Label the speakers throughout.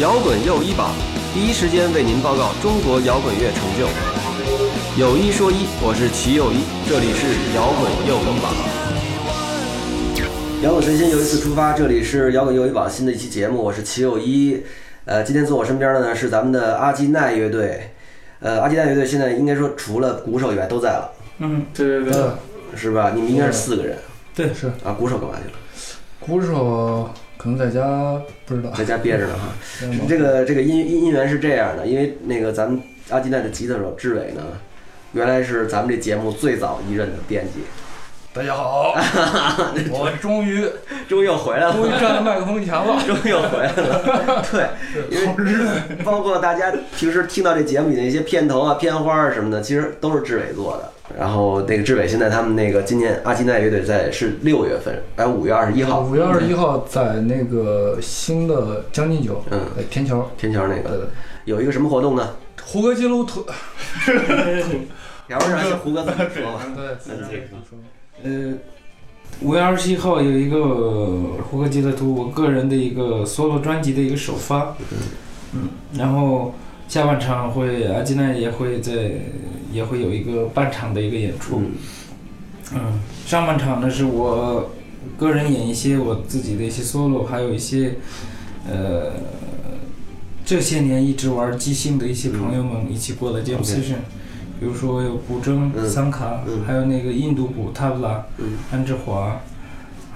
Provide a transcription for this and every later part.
Speaker 1: 摇滚又一榜，第一时间为您报告中国摇滚乐成就。有一说一，我是齐又一，这里是摇滚又一榜。摇滚随心又一次出发，这里是摇滚又一榜新的一期节目，我是齐又一。呃，今天坐我身边的呢是咱们的阿基奈乐队。呃，阿基奈乐队现在应该说除了鼓手以外都在了，
Speaker 2: 嗯，
Speaker 3: 对对对，
Speaker 1: 是吧？你们应该是四个人
Speaker 2: 对，是
Speaker 1: 啊，鼓手干嘛去了？
Speaker 2: 鼓手可能在家不知道，
Speaker 1: 在家憋着呢哈。
Speaker 2: 在忙
Speaker 1: 嗯这个这个因因因缘是这样的，因为那个咱们阿基奈的吉他手志伟呢，原来是咱们这节目最早一任的编辑，
Speaker 3: 大家好， 我终于
Speaker 1: 终于又回来了，
Speaker 2: 终于站在麦克风前了。
Speaker 1: 终于又回来 了。对，因为包括大家平时听到这节目里的一些片头啊、片花啊什么的，其实都是志伟做的。然后那个志伟现在他们那个今年阿基奈乐队在是六月份，哎，五月二十一号，
Speaker 2: 五月二十一号在那个新的将近酒，
Speaker 1: 嗯
Speaker 2: 在天桥，
Speaker 1: 天桥那个
Speaker 2: 呃，
Speaker 1: 有一个什么活动呢？
Speaker 2: 胡歌记录图，
Speaker 1: 要不然让胡哥自己说吧。
Speaker 2: 对，
Speaker 3: 呃，五月二十七号有一个呃胡歌吉的图，我个人的一个 solo 专辑的一个首发，嗯，然后下半场会阿基奈也会在也会有一个半场的一个演出，
Speaker 1: 嗯
Speaker 3: 嗯，上半场呢是我个人演一些我自己的一些 solo，还有一些呃这些年一直玩即兴的一些朋友们一起过的 jam
Speaker 1: OK
Speaker 3: session，、比如说有古筝、
Speaker 1: 嗯
Speaker 3: 桑卡，
Speaker 1: 嗯
Speaker 3: 还有那个印度鼓塔布拉、
Speaker 1: 嗯
Speaker 3: 安志华，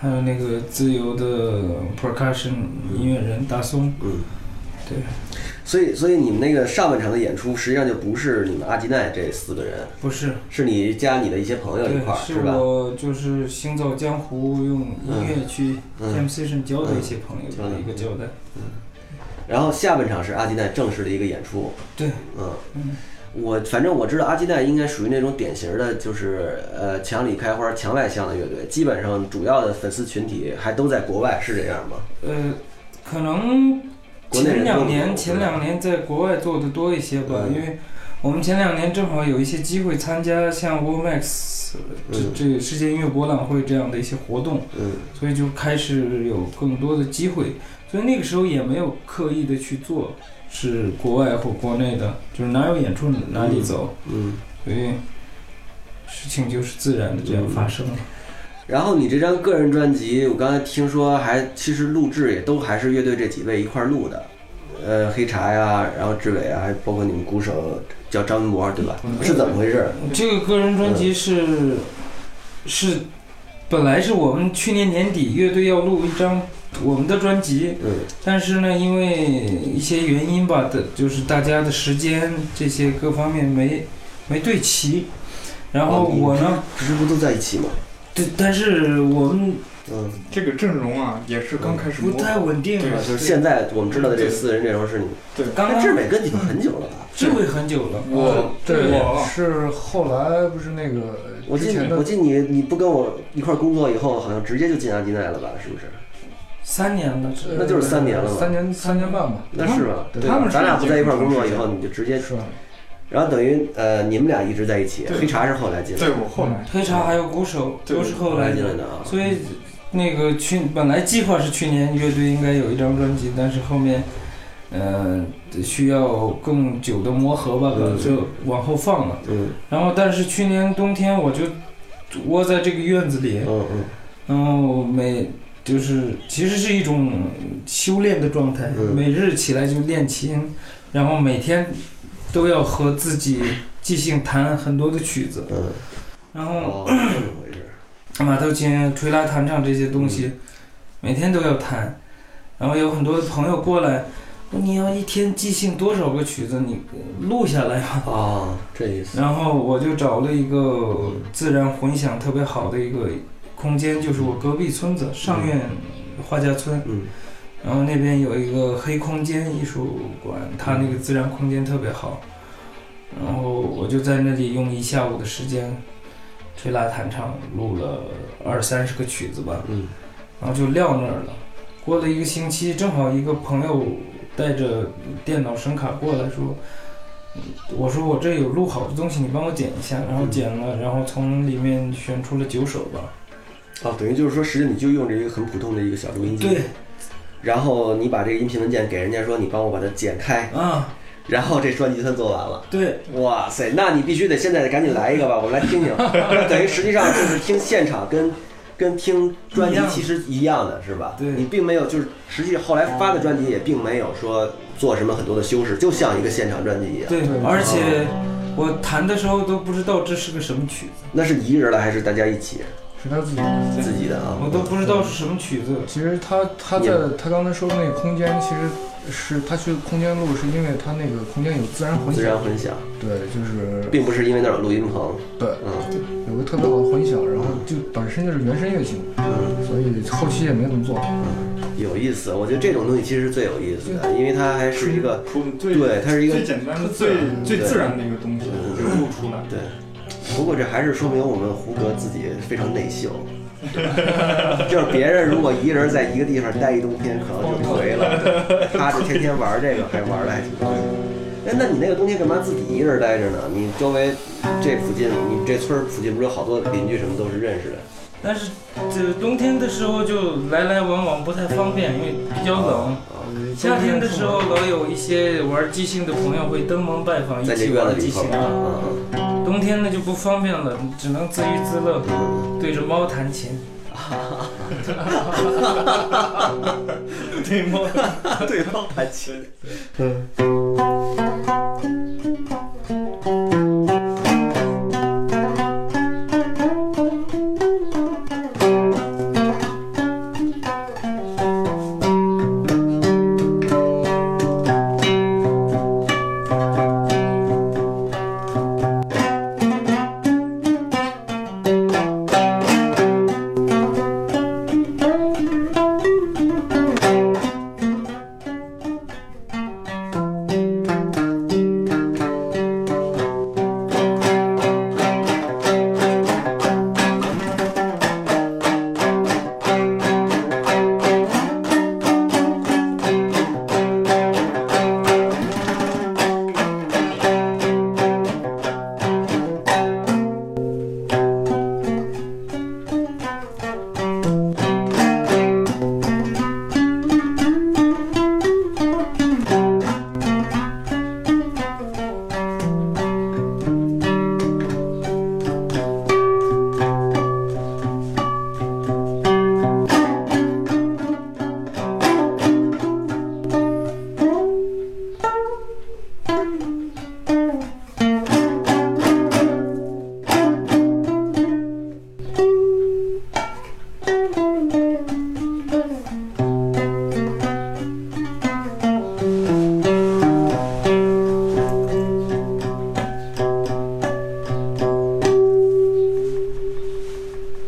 Speaker 3: 还有那个自由的 percussion 音乐人大松，
Speaker 1: 嗯。
Speaker 3: 对，
Speaker 1: 所以，所以你们那个上半场的演出，实际上就不是你们阿基奈这四个人，
Speaker 3: 不是，
Speaker 1: 是你加你的一些朋友一块
Speaker 3: 对，
Speaker 1: 儿，是
Speaker 3: 是
Speaker 1: 吧？嗯
Speaker 3: 我就是行走江湖用音乐去 jam session 教的一些朋友的一个交代，
Speaker 1: 然后下半场是阿基奈正式的一个演出，
Speaker 3: 对，
Speaker 1: 嗯，
Speaker 3: 嗯。
Speaker 1: 我反正我知道阿基奈应该属于那种典型的，就是呃墙里开花墙外香的乐队，基本上主要的粉丝群体还都在国外，是这样吗？
Speaker 3: 呃，可能
Speaker 1: 国内人更
Speaker 3: 前两
Speaker 1: 多
Speaker 3: 年前两年在国外做的多一些吧，
Speaker 1: 嗯
Speaker 3: 因为我们前两年正好有一些机会参加像 WOMAX 这
Speaker 1: 嗯
Speaker 3: 这世界音乐博览会这样的一些活动，
Speaker 1: 嗯
Speaker 3: 所以就开始有更多的机会，所以那个时候也没有刻意的去做是国外或国内的，就是哪有演出哪里走，
Speaker 1: 嗯。
Speaker 3: 所以事情就是自然的这样发生了。
Speaker 1: 然后你这张个人专辑，我刚才听说还其实录制也都还是乐队这几位一块儿录的，呃，黑茶呀，然后志伟啊，还包括你们鼓手叫张文博，对吧？
Speaker 3: 嗯
Speaker 1: 是怎么回事？
Speaker 3: 这个个人专
Speaker 1: 嗯
Speaker 3: 辑是、是本来是我们去年年底乐队要录一张我们的专辑，
Speaker 1: 嗯
Speaker 3: 但是呢，因为一些原因吧的，就是大家的时间这些各方面没没对齐。然后
Speaker 1: 哦你
Speaker 3: 我呢，
Speaker 1: 这是不都在一起吗？
Speaker 3: 对，但是我们
Speaker 1: 嗯，
Speaker 4: 这个阵容啊，也是刚开始
Speaker 3: 不
Speaker 4: 摸
Speaker 3: 太稳定
Speaker 4: 对
Speaker 3: 啊，
Speaker 1: 就是现在我们知道的这四人阵容是你，
Speaker 3: 刚
Speaker 1: 那
Speaker 3: 刚
Speaker 1: 志伟跟你们很久了吧？
Speaker 3: 这位很久了，
Speaker 4: 我
Speaker 2: 对，
Speaker 4: 我
Speaker 2: 哦
Speaker 4: 啊
Speaker 2: 是后来不是那个
Speaker 1: 我
Speaker 2: 嗯之
Speaker 1: 记
Speaker 2: 前
Speaker 1: 我
Speaker 2: 的，
Speaker 1: 记你你不跟我一块儿工作以后，好像直接就进阿基奈了吧？是不是？
Speaker 3: 三年了，这
Speaker 1: 那就是三年了吧
Speaker 2: 三年三年半吧，
Speaker 1: 那是吧？
Speaker 2: 对
Speaker 1: 对
Speaker 4: 他
Speaker 1: 吧
Speaker 4: 们？是
Speaker 1: 咱俩不在一块儿工作以后，
Speaker 4: 已
Speaker 1: 你就直接，
Speaker 2: 是吧？
Speaker 1: 然后等于呃，你们俩一直在一起，
Speaker 4: 对
Speaker 1: 黑茶是后来进来
Speaker 4: 对
Speaker 1: 的，
Speaker 4: 我后来
Speaker 3: 黑茶还有鼓手
Speaker 4: 对
Speaker 3: 都是后来
Speaker 1: 进来的啊。
Speaker 3: 所以那个去本来计划是去年乐队应该有一张专辑，但是后面，呃，需要更久的磨合吧，
Speaker 1: 嗯
Speaker 3: 就往后放了。
Speaker 1: 嗯
Speaker 3: 然后，但是去年冬天我就窝在这个院子里，
Speaker 1: 嗯嗯。
Speaker 3: 然后每就是其实是一种修炼的状态，
Speaker 1: 嗯
Speaker 3: 每日起来就练琴，然后每天都要和自己即兴弹很多的曲子，
Speaker 1: 嗯，
Speaker 3: 然后。
Speaker 1: 哦，这么回事。
Speaker 3: 马头琴、吹拉弹唱这些东西，每天都要弹。然后有很多朋友过来，说你要一天即兴多少个曲子，你录下来吧。
Speaker 1: 哦，这意思。
Speaker 3: 然后我就找了一个自然混响特别好的一个空间，就是我隔壁村子上苑花家村。
Speaker 1: 嗯
Speaker 3: 然后那边有一个黑空间艺术馆，它那个自然空间特别好。然后我就在那里用一下午的时间，吹拉弹唱，录了二三十个曲子吧，
Speaker 1: 嗯
Speaker 3: 然后就撂那儿了。过了一个星期，正好一个朋友带着电脑声卡过来说，我说我这有录好的东西，你帮我剪一下。然后剪了，然后从里面选出了九首吧。
Speaker 1: 哦，等于就是说，实际你就用这一个很普通的一个小录音机。
Speaker 3: 对，
Speaker 1: 然后你把这个音频文件给人家说，你帮我把它剪开，
Speaker 3: 啊，
Speaker 1: 然后这专辑算做完了。
Speaker 3: 对，
Speaker 1: 哇塞，那你必须得现在赶紧来一个吧，我们来 听听。那等于实际上就是听现场跟跟听专辑其实一样的是吧？
Speaker 3: 对
Speaker 1: 你并没有就是实际后来发的专辑也并没有说做什么很多的修饰，就像一个现场专辑一样。
Speaker 3: 对
Speaker 2: 对，
Speaker 3: 而且我弹的时候都不知道这是个什么曲子，
Speaker 1: 那是一个人来还是大家一起
Speaker 2: 是他自己。
Speaker 1: 自己的啊？
Speaker 3: 我都不知道是什么曲子。
Speaker 2: 其实他他在他刚才说的那个空间，其实是他去空间录，是因为他那个空间有自然混
Speaker 1: 自然
Speaker 2: 响，
Speaker 1: 混响，
Speaker 2: 对，就是
Speaker 1: 并不是因为那儿有录音棚。
Speaker 2: 对
Speaker 1: 嗯
Speaker 2: 有个特别好的混响，然后就本身就是原声乐型，
Speaker 1: 嗯，
Speaker 2: 所以后期也没怎么做。
Speaker 1: 有意思。我觉得这种东西其实是最有意思的，因为它还是一个
Speaker 4: 出最
Speaker 1: 对，它是一个啊
Speaker 4: 最简单的、最最自然的一个东西
Speaker 1: 对
Speaker 4: 流露出来。
Speaker 1: 对，不过这还是说明我们胡歌自己非常内秀，就是别人如果一个人在一个地方待一冬天，可能就颓了，他就天天玩这个，还玩的还挺高兴。哎，那你那个冬天干嘛自己一个人待着呢？你周围这附近，你这村儿附近不是有好多邻居什么都是认识的？
Speaker 3: 但是这冬天的时候就来来往往不太方便，因为比较
Speaker 1: 呃
Speaker 3: 冷。
Speaker 1: 嗯
Speaker 3: 夏哦天的时候老有一些玩即兴的朋友会登门拜访，一
Speaker 1: 在这
Speaker 3: 起
Speaker 1: 院子
Speaker 3: 玩
Speaker 1: 里
Speaker 3: 即
Speaker 1: 一块
Speaker 3: 兴
Speaker 1: 儿
Speaker 3: 啊。
Speaker 1: 玩。嗯
Speaker 3: 冬天呢就不方便了，只能自娱自乐，
Speaker 1: 嗯
Speaker 3: 对着猫弹琴。对猫，
Speaker 1: 嗯，对方弹琴。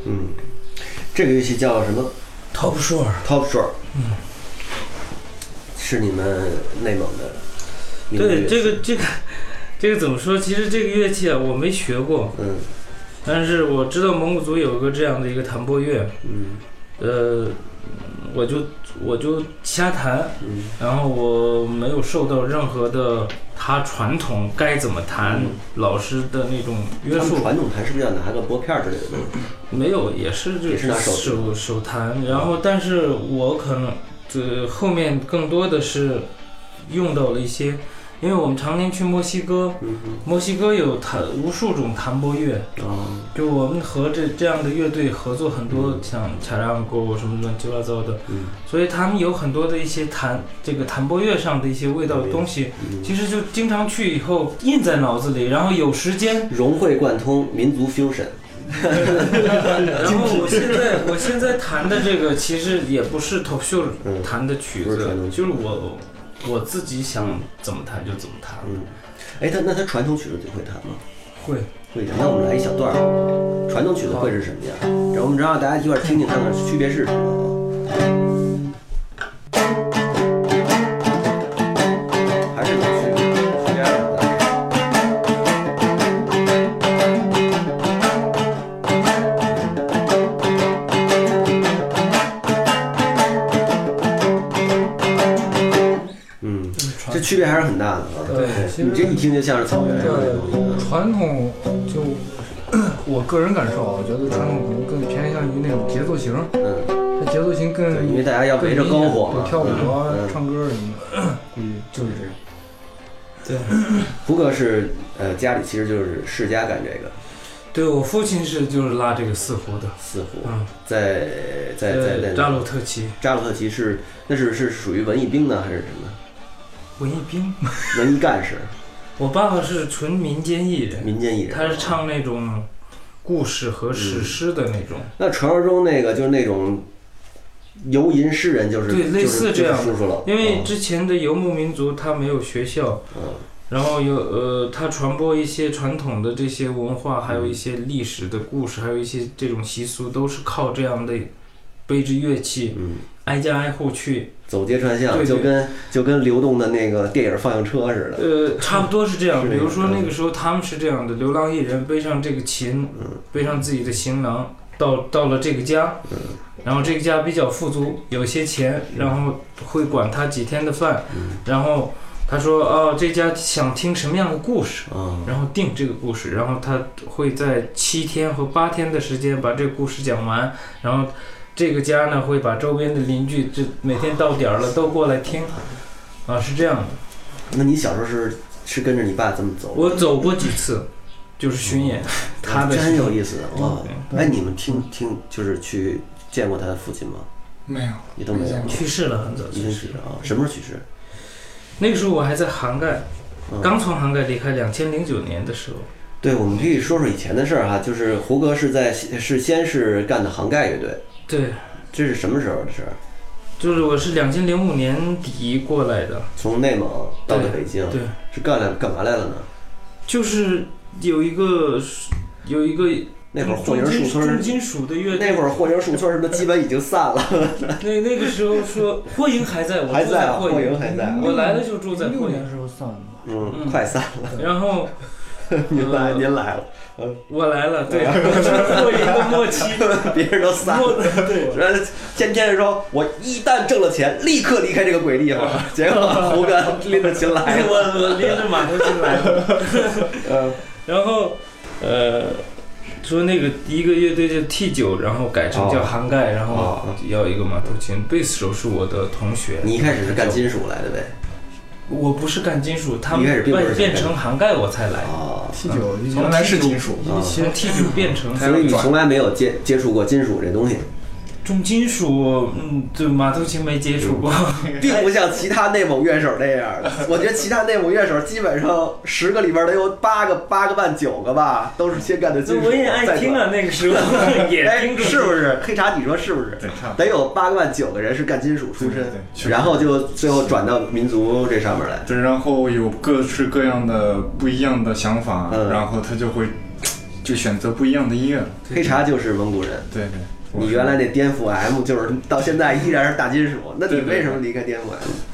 Speaker 1: 嗯，这个乐器叫什么？
Speaker 3: 头不说。
Speaker 1: Top Shore，是你们内蒙的民族乐器
Speaker 3: 对，这个，这个这个怎么说？其实这个乐器啊，我没学过，
Speaker 1: 嗯
Speaker 3: 但是我知道蒙古族有一个这样的一个弹拨乐，
Speaker 1: 嗯
Speaker 3: 呃，我就我就瞎弹，
Speaker 1: 嗯
Speaker 3: 然后我没有受到任何的他传统该怎么弹、
Speaker 1: 嗯
Speaker 3: 老师的那种约
Speaker 1: 他
Speaker 3: 束
Speaker 1: 们，传统弹是不是要拿个拨片儿之类的东西？
Speaker 3: 没有，也是这
Speaker 1: 也是拿手
Speaker 3: 手手弹，然后但是我可能这后面更多的是用到了一些，因为我们常年去墨西哥，
Speaker 1: 嗯哼，
Speaker 3: 墨西哥有弹无数种弹拨乐，
Speaker 1: 哦，
Speaker 3: 就我们和这这样的乐队合作很多，像卡拉狗什么乱七八糟的，
Speaker 1: 嗯
Speaker 3: 所以他们有很多的一些弹这个弹拨乐上的一些味道的东西，
Speaker 1: 嗯，
Speaker 3: 其实就经常去以后印在脑子里，然后有时间
Speaker 1: 融会贯通，民族 fusion，
Speaker 3: 然后我现在我现在弹的这个其实也不是头秀
Speaker 1: 嗯
Speaker 3: 弹的曲
Speaker 1: 不是
Speaker 3: 子
Speaker 1: 传，统曲
Speaker 3: 就是我我自己想怎么弹就怎么弹。
Speaker 1: 嗯，哎，他那他传统曲子就会弹吗？
Speaker 3: 会，
Speaker 1: 会的，那我们来一小段儿，传统曲子会是什么样？然后我们让大家一块儿听听看看区别是什么啊？还是有区别，是这样的。嗯，这区别还是很大的啊！
Speaker 2: 对其实
Speaker 1: 你这一听就像是草原上的东西啊。
Speaker 2: 传统就 我个人感受啊，我觉得传统可能更偏向于那种节奏型，
Speaker 1: 嗯
Speaker 2: 那节奏型更
Speaker 1: 因为大家要围着篝火嘛
Speaker 2: 对跳舞啊
Speaker 1: 嗯、
Speaker 2: 唱歌什么 的，估计就是这个。
Speaker 1: 胡哥是呃家里其实就是世家干这个
Speaker 3: 对我父亲是就是拉这个四胡的，
Speaker 1: 四胡，
Speaker 3: 嗯，
Speaker 1: 在在在在
Speaker 3: 呃扎鲁特旗
Speaker 1: 扎鲁特旗是那是是属于文艺兵呢还是什么
Speaker 3: 文艺兵。
Speaker 1: 文艺干事、
Speaker 3: 我爸爸是纯民间艺人，
Speaker 1: 民间艺人？
Speaker 3: 他是唱那种故事和
Speaker 1: 嗯
Speaker 3: 史诗的那种，
Speaker 1: 那传说中那个就是那种游吟诗人，就是
Speaker 3: 对类似这样
Speaker 1: 就是、就是叔叔了，
Speaker 3: 因为
Speaker 1: 嗯
Speaker 3: 之前的游牧民族他没有学校，
Speaker 1: 嗯
Speaker 3: 然后有呃，他传播一些传统的这些文化，还有一些历史的故事，还有一些这种习俗，都是靠这样的背着乐器，
Speaker 1: 嗯，
Speaker 3: 挨家挨户去，
Speaker 1: 走街串巷，
Speaker 3: 对对
Speaker 1: 就跟就跟流动的那个电影放映车似的，
Speaker 3: 呃，差不多是这样。
Speaker 1: 是这嗯
Speaker 3: 比
Speaker 1: 样
Speaker 3: 如说那个时候他们是这样的，流浪艺人背上这个琴
Speaker 1: 嗯，
Speaker 3: 背上自己的行囊，到到了这个家，然后这个家比较富足，有些钱，然后会管他几天的饭，
Speaker 1: 嗯
Speaker 3: 然后他说哦，这家想听什么样的故事。
Speaker 1: 嗯，
Speaker 3: 然后定这个故事，然后他会在七天和八天的时间把这个故事讲完，然后这个家呢会把周边的邻居这每天到点儿了都过来听，啊是这样的，
Speaker 1: 那你小时候是是跟着你爸这么走？
Speaker 3: 我走过几次，就是巡演，
Speaker 1: 哦
Speaker 3: 他的
Speaker 1: 真有意思哇！
Speaker 2: 对
Speaker 1: 哎，你们听听，就是去见过他的父亲吗？
Speaker 4: 没有，
Speaker 1: 你都没有
Speaker 4: 没见，过
Speaker 3: 去世了，很早
Speaker 1: 已
Speaker 3: 去
Speaker 1: 经
Speaker 3: 世
Speaker 1: 去世
Speaker 3: 了。
Speaker 1: 啊？什么时候去世？
Speaker 3: 那个时候我还在杭盖，
Speaker 1: 嗯
Speaker 3: 刚从杭盖离开，两千零九年的时候，
Speaker 1: 对，我们可以说说以前的事儿哈。就是胡歌是在是先是干的杭盖乐队，
Speaker 3: 对，
Speaker 1: 这是什么时候的事儿？
Speaker 3: 就是我是两千零五年底过来的，
Speaker 1: 从内蒙到的
Speaker 3: 对
Speaker 1: 北京，
Speaker 3: 对，
Speaker 1: 是干了干嘛来了呢？
Speaker 3: 就是有一个有一个
Speaker 1: 那会儿霍
Speaker 3: 重
Speaker 1: 营
Speaker 3: 金
Speaker 1: 树
Speaker 3: 属
Speaker 1: 村
Speaker 3: 重
Speaker 1: 儿，
Speaker 3: 金属的乐队
Speaker 1: 那会儿霍营树村儿什么基本已经散了，
Speaker 3: 那那个时候 说霍营还在，我
Speaker 1: 还
Speaker 3: 住在
Speaker 1: 啊，霍
Speaker 3: 营，
Speaker 1: 营还在啊，
Speaker 3: 我来的时候住在
Speaker 2: 零
Speaker 3: 霍
Speaker 2: 六
Speaker 3: 营，
Speaker 2: 年时候散的，
Speaker 1: 嗯，
Speaker 3: 嗯
Speaker 1: 快散了，
Speaker 3: 然后
Speaker 1: 您来
Speaker 3: 呃
Speaker 1: 您来了，
Speaker 3: 我来了， 对，我是霍营的末期，
Speaker 1: 别人都散了。
Speaker 3: 末 对，
Speaker 1: 然后天天说，我一旦挣了钱，立刻离开这个鬼地
Speaker 4: 啊
Speaker 1: 方。结果胡歌拎着琴来
Speaker 3: 哎我
Speaker 1: 了，
Speaker 3: 我拎着马头琴来了，
Speaker 1: 嗯，
Speaker 3: 然后呃。说那个一个乐队叫 T 九，然后改成叫涵盖，然后
Speaker 1: 哦
Speaker 3: 要一个马头琴，贝斯手是我的同学。
Speaker 1: 你一开始是干金属来的呗？
Speaker 3: 我不是干金属，他
Speaker 1: 你一开始
Speaker 3: 们
Speaker 1: 并不是
Speaker 3: 变变成涵盖我才来，
Speaker 1: 哦，
Speaker 2: 七九
Speaker 4: 原来是金属，
Speaker 2: 一七
Speaker 1: 啊
Speaker 3: 从 T 九 变成
Speaker 1: 所以你从来没有接接触过金属这东西，
Speaker 3: 重金属，嗯，对，马头琴没接触 过，
Speaker 1: 并不像其他内蒙乐手那 样。我觉得其他内蒙乐手基本上十个里边得有八个、八个半、九个吧，都是先干的金属。
Speaker 3: 我也爱听啊，那 个时候也
Speaker 1: 再
Speaker 3: 听
Speaker 1: 管，哎，
Speaker 3: 着
Speaker 1: 是不是？黑茶，你说是不是？
Speaker 4: 对，差不多。
Speaker 1: 得有八个半九个人是干金属出
Speaker 4: 对对
Speaker 1: 身
Speaker 4: 对，确实
Speaker 1: 然后就最后转到民族这上面来。
Speaker 4: 对，然后有各式各样的不一样的想法，
Speaker 1: 嗯
Speaker 4: 然后他就会就选择不一样的音乐。
Speaker 1: 黑茶就是蒙古人，
Speaker 4: 对对，我
Speaker 1: 你
Speaker 4: 是
Speaker 1: 原来那颠覆 M 就是到现在依然是大金属，那你
Speaker 4: 对对
Speaker 1: 为什么离开颠覆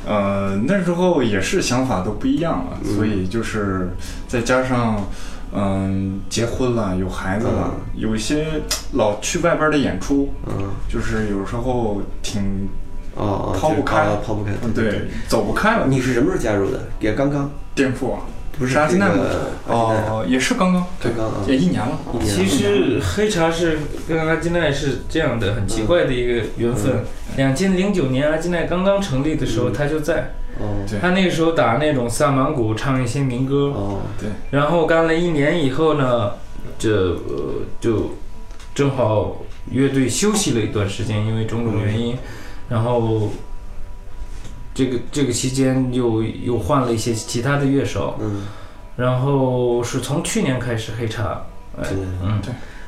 Speaker 1: M？
Speaker 4: 呃那时候也是想法都不一样了，
Speaker 1: 嗯
Speaker 4: 所以就是再加上嗯结婚了，有孩子了，有一些老去外边的演出，
Speaker 1: 嗯，
Speaker 4: 就是有时候挺
Speaker 1: 哦，哦
Speaker 4: 抛不开嗯
Speaker 1: 哦抛不开。
Speaker 4: 对走不开了。
Speaker 1: 你是什么时候加入的？也刚刚，
Speaker 4: 颠覆啊，
Speaker 1: 不是
Speaker 4: 是阿森纳
Speaker 1: 那
Speaker 4: 吗
Speaker 1: 个
Speaker 4: 哦，也是刚刚对
Speaker 1: 刚，刚啊，
Speaker 4: 也一年了。
Speaker 1: 一年了
Speaker 3: 其实黑茶是跟阿基奈是这样的，很奇怪的一个缘分。两千零九年阿基奈刚刚成立的时候，
Speaker 1: 嗯
Speaker 3: 他就在，
Speaker 1: 哦
Speaker 4: 对
Speaker 3: 他那个时候打那种萨满鼓，唱一些民歌，
Speaker 1: 哦，
Speaker 3: 然后干了一年以后呢，这呃就正好乐队休息了一段时间，因为种种原因，然后这个这个期间又又换了一些其他的乐手，
Speaker 1: 嗯，
Speaker 3: 然后是从去年开始黑茶，哎
Speaker 1: 对，
Speaker 3: 嗯，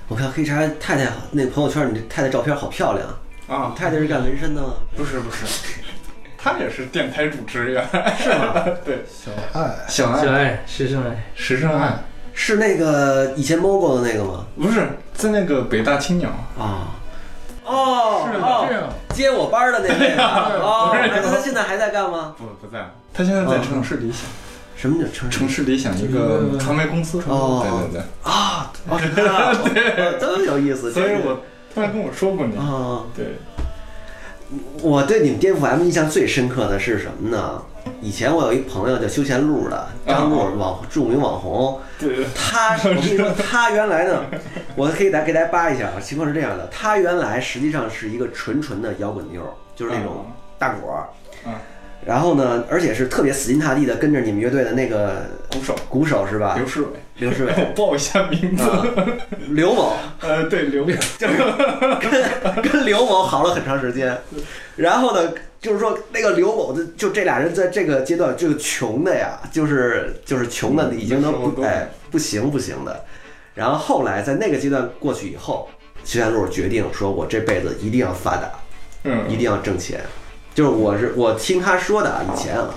Speaker 1: 我看黑茶太太好，那朋友圈你太太照片好漂亮，
Speaker 4: 啊，
Speaker 1: 太太是干纹身的吗？
Speaker 4: 不是 不是，他也是电台主持人，
Speaker 1: 是吗？
Speaker 2: 哎，
Speaker 1: 啊
Speaker 4: 小
Speaker 3: 小
Speaker 4: 爱，
Speaker 3: 爱师生爱，
Speaker 4: 时尚爱，
Speaker 1: 是那个以前 MOGO 的那个吗？
Speaker 4: 不是在那个北大青鸟，
Speaker 1: 啊。哦，
Speaker 4: 是
Speaker 1: 哦
Speaker 2: 这样
Speaker 1: 接我班儿的那位 吧，哦，那他现在还在干吗？
Speaker 4: 不不在了，嗯他现在在城市理想，
Speaker 1: 嗯什么叫城市
Speaker 4: 城市理想一个传媒公司，
Speaker 1: 哦
Speaker 4: 对对
Speaker 1: 啊？哦， 是他，哦这么有意思。
Speaker 4: 对，所以
Speaker 1: 真是
Speaker 4: 我突然跟我说过你，
Speaker 1: 啊，
Speaker 4: 对，
Speaker 1: 我对你们颠覆 M 印象最深刻的是什么呢？以前我有一朋友叫修前路的张璐，网著名网红，
Speaker 4: 对，
Speaker 1: 他我跟你说，他原来 呢，我可以来给大家扒一下啊，情况是这样的，他原来实际上是一个纯纯的摇滚妞，就是那
Speaker 4: 啊
Speaker 1: 种大果儿，
Speaker 4: 嗯
Speaker 1: 然后呢，而且是特别死心塌地的跟着你们乐队的那个
Speaker 4: 鼓手
Speaker 1: 鼓手是吧？
Speaker 4: 刘世伟，
Speaker 1: 刘 诗伟，
Speaker 4: 我报一下名字，
Speaker 1: 啊，刘某，
Speaker 4: 呃， 对，刘
Speaker 1: 跟跟刘某好了很长时间，然后呢，就是说那个刘某的，就这俩人在这个阶段，这个穷的呀，就是就是穷的
Speaker 4: 嗯
Speaker 1: 已经都
Speaker 4: 那时
Speaker 1: 不
Speaker 4: 候都
Speaker 1: 哎不行不行的，然后后来在那个阶段过去以后，徐天路决定说，我这辈子一定要发达，一
Speaker 4: 嗯，
Speaker 1: 定要挣钱，就是我是我听他说的啊，以前啊，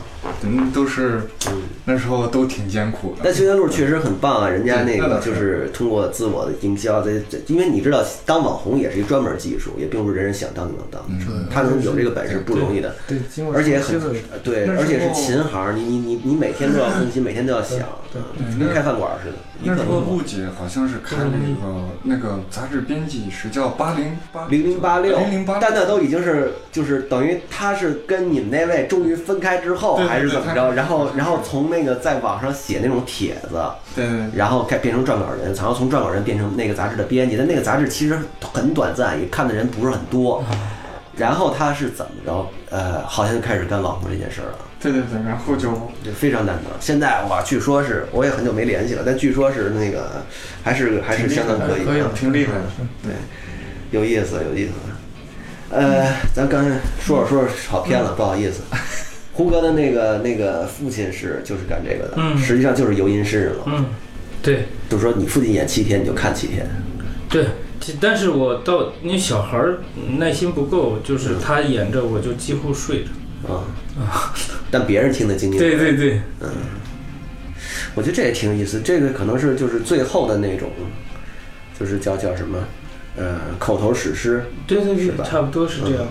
Speaker 4: 嗯，都是
Speaker 1: 嗯。
Speaker 4: 那时候都挺艰苦的，
Speaker 1: 但修仙路确实很棒啊，人家那
Speaker 4: 对嗯那
Speaker 1: 个
Speaker 4: 倒是
Speaker 1: 就是通过自我的营销，在在，因为你知道，当网红也是一专门技术，也并不是人人想当就能当，
Speaker 2: 嗯
Speaker 1: 他能有这个本事不容易的，
Speaker 2: 对，经过
Speaker 1: 而且
Speaker 2: 长
Speaker 1: 很
Speaker 2: 期的
Speaker 1: 对，
Speaker 2: 那时候
Speaker 1: 而且是琴行，你你你你每天都要分心，每天都要想，嗯
Speaker 2: 对
Speaker 4: 对
Speaker 1: 跟
Speaker 4: 那
Speaker 1: 开饭馆似的，一
Speaker 4: 那
Speaker 1: 刻
Speaker 4: 时候
Speaker 1: 不空
Speaker 4: 陆姐好像是开了一个那个杂志编辑是叫八零八
Speaker 1: 零零八六
Speaker 4: 零零八，
Speaker 1: 但那都已经是就是等于他是跟你们那位终于分开之后
Speaker 4: 对对
Speaker 1: 还是怎么
Speaker 4: 对
Speaker 1: 着，
Speaker 4: 他
Speaker 1: 然后然后从那个在网上写那种帖子，
Speaker 4: 对对
Speaker 1: 然后改变成撰稿人，然后从撰稿人变成那个杂志的编辑。但那个杂志其实很短暂，也看的人不是很多。然后他是怎么着？呃，好像就开始干网红这件事儿了，
Speaker 4: 对对对，然后就
Speaker 1: 这非常难得。现在我据说是，我也很久没联系了，但据说是那个还是还是相当可以
Speaker 2: 可以
Speaker 1: 的
Speaker 2: 了，
Speaker 4: 挺厉害的，
Speaker 1: 有意思，有意思。呃，咱刚才说着说着跑偏了，不好意思。胡歌的那个那个父亲是就是干这个的，
Speaker 3: 嗯
Speaker 1: 实际上就是游吟诗人了。
Speaker 3: 嗯，对
Speaker 1: 就是说你父亲演七天，你就看七天。
Speaker 3: 对，其但是我到因为小孩儿耐心不够，就
Speaker 1: 嗯
Speaker 3: 是他演着我就几乎睡着。
Speaker 1: 啊，但别人听得津津有味。
Speaker 3: 对对对，
Speaker 1: 我觉得这也挺有意思。这个可能是就是最后的那种，就是叫叫什么，呃，口头史诗，
Speaker 3: 对对
Speaker 1: 是
Speaker 3: 对，
Speaker 1: 吧嗯
Speaker 3: 差不多是这样。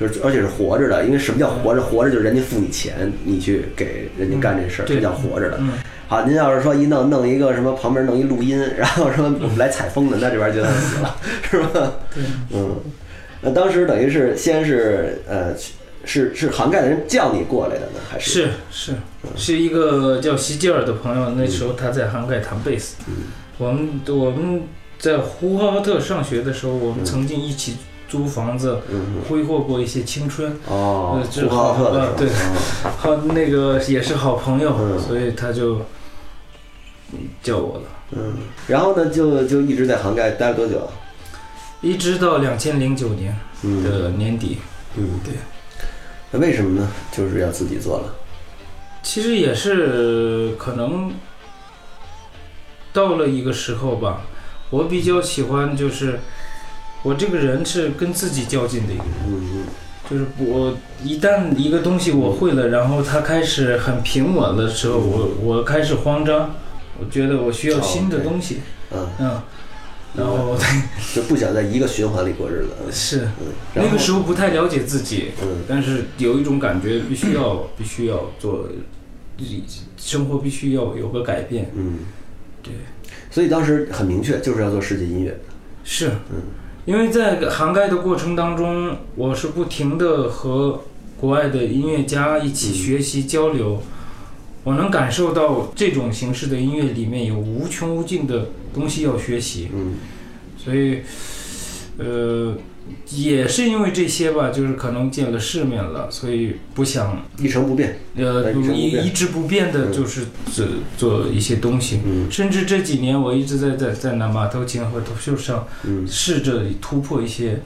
Speaker 1: 就是而且是活着的。因为什么叫活着？活着就是人家付你钱，你去给人家干这事儿，
Speaker 3: 嗯对
Speaker 1: 这叫活着的。
Speaker 3: 嗯，
Speaker 1: 好，您要是说一弄弄一个什么旁边弄一录音，然后说我们来采风的，那这玩意儿就得死了，是吧？
Speaker 3: 对，
Speaker 1: 嗯，那当时等于是先是呃。去是是涵盖的人叫你过来的呢，还
Speaker 3: 是是是一个叫席吉尔的朋友，那时候他在杭盖弹贝斯。
Speaker 1: 嗯
Speaker 3: 我们我们在呼和浩特上学的时候，我们曾经一起租房子，
Speaker 1: 嗯
Speaker 3: 挥霍过一些青春。
Speaker 1: 哦，
Speaker 3: 呃这
Speaker 1: 呼和浩特的时候，
Speaker 3: 啊对
Speaker 1: 哦
Speaker 3: 好，那个也是好朋友，
Speaker 1: 嗯
Speaker 3: 所以他就嗯叫我了，
Speaker 1: 嗯，然后呢，就就一直在杭盖待了多久？啊
Speaker 3: 一直到两千零九年
Speaker 1: 嗯
Speaker 3: 的年底，
Speaker 1: 嗯，
Speaker 3: 对。
Speaker 1: 那为什么呢？就是要自己做了。
Speaker 3: 其实也是可能到了一个时候吧。我比较喜欢就是我这个人是跟自己较劲的一个人，
Speaker 1: 嗯
Speaker 3: 就是我一旦一个东西我会了，然后它开始很平稳的时候，我我开始慌张，我觉得我需要新的东西，
Speaker 1: 嗯嗯，
Speaker 3: 嗯，然后
Speaker 1: 就不想在一个循环里过日子。
Speaker 3: 是。
Speaker 1: 嗯，然
Speaker 3: 那
Speaker 1: 后
Speaker 3: 个时候不太了解自己，
Speaker 1: 嗯
Speaker 3: 但是有一种感觉，必须要 必须要做，生活必须要有个改变。
Speaker 1: 嗯，
Speaker 3: 对，
Speaker 1: 所以当时很明确，就是要做世界音乐。
Speaker 3: 是，啊
Speaker 1: 嗯
Speaker 3: 因为在涵盖的过程当中，我是不停的和国外的音乐家一起学习交流，我能感受到这种形式的音乐里面有无穷无尽的东西要学习。
Speaker 1: 嗯
Speaker 3: 所以，呃，也是因为这些吧，就是可能见了世面了，所以不想
Speaker 1: 一成不变。
Speaker 3: 呃
Speaker 1: 那一成不
Speaker 3: 一
Speaker 1: 变
Speaker 3: 一直不变的，
Speaker 1: 嗯
Speaker 3: 就是做做一些东西。
Speaker 1: 嗯
Speaker 3: 甚至这几年，我一直在在在那马头琴和头袖上
Speaker 1: 嗯
Speaker 3: 试着突破一些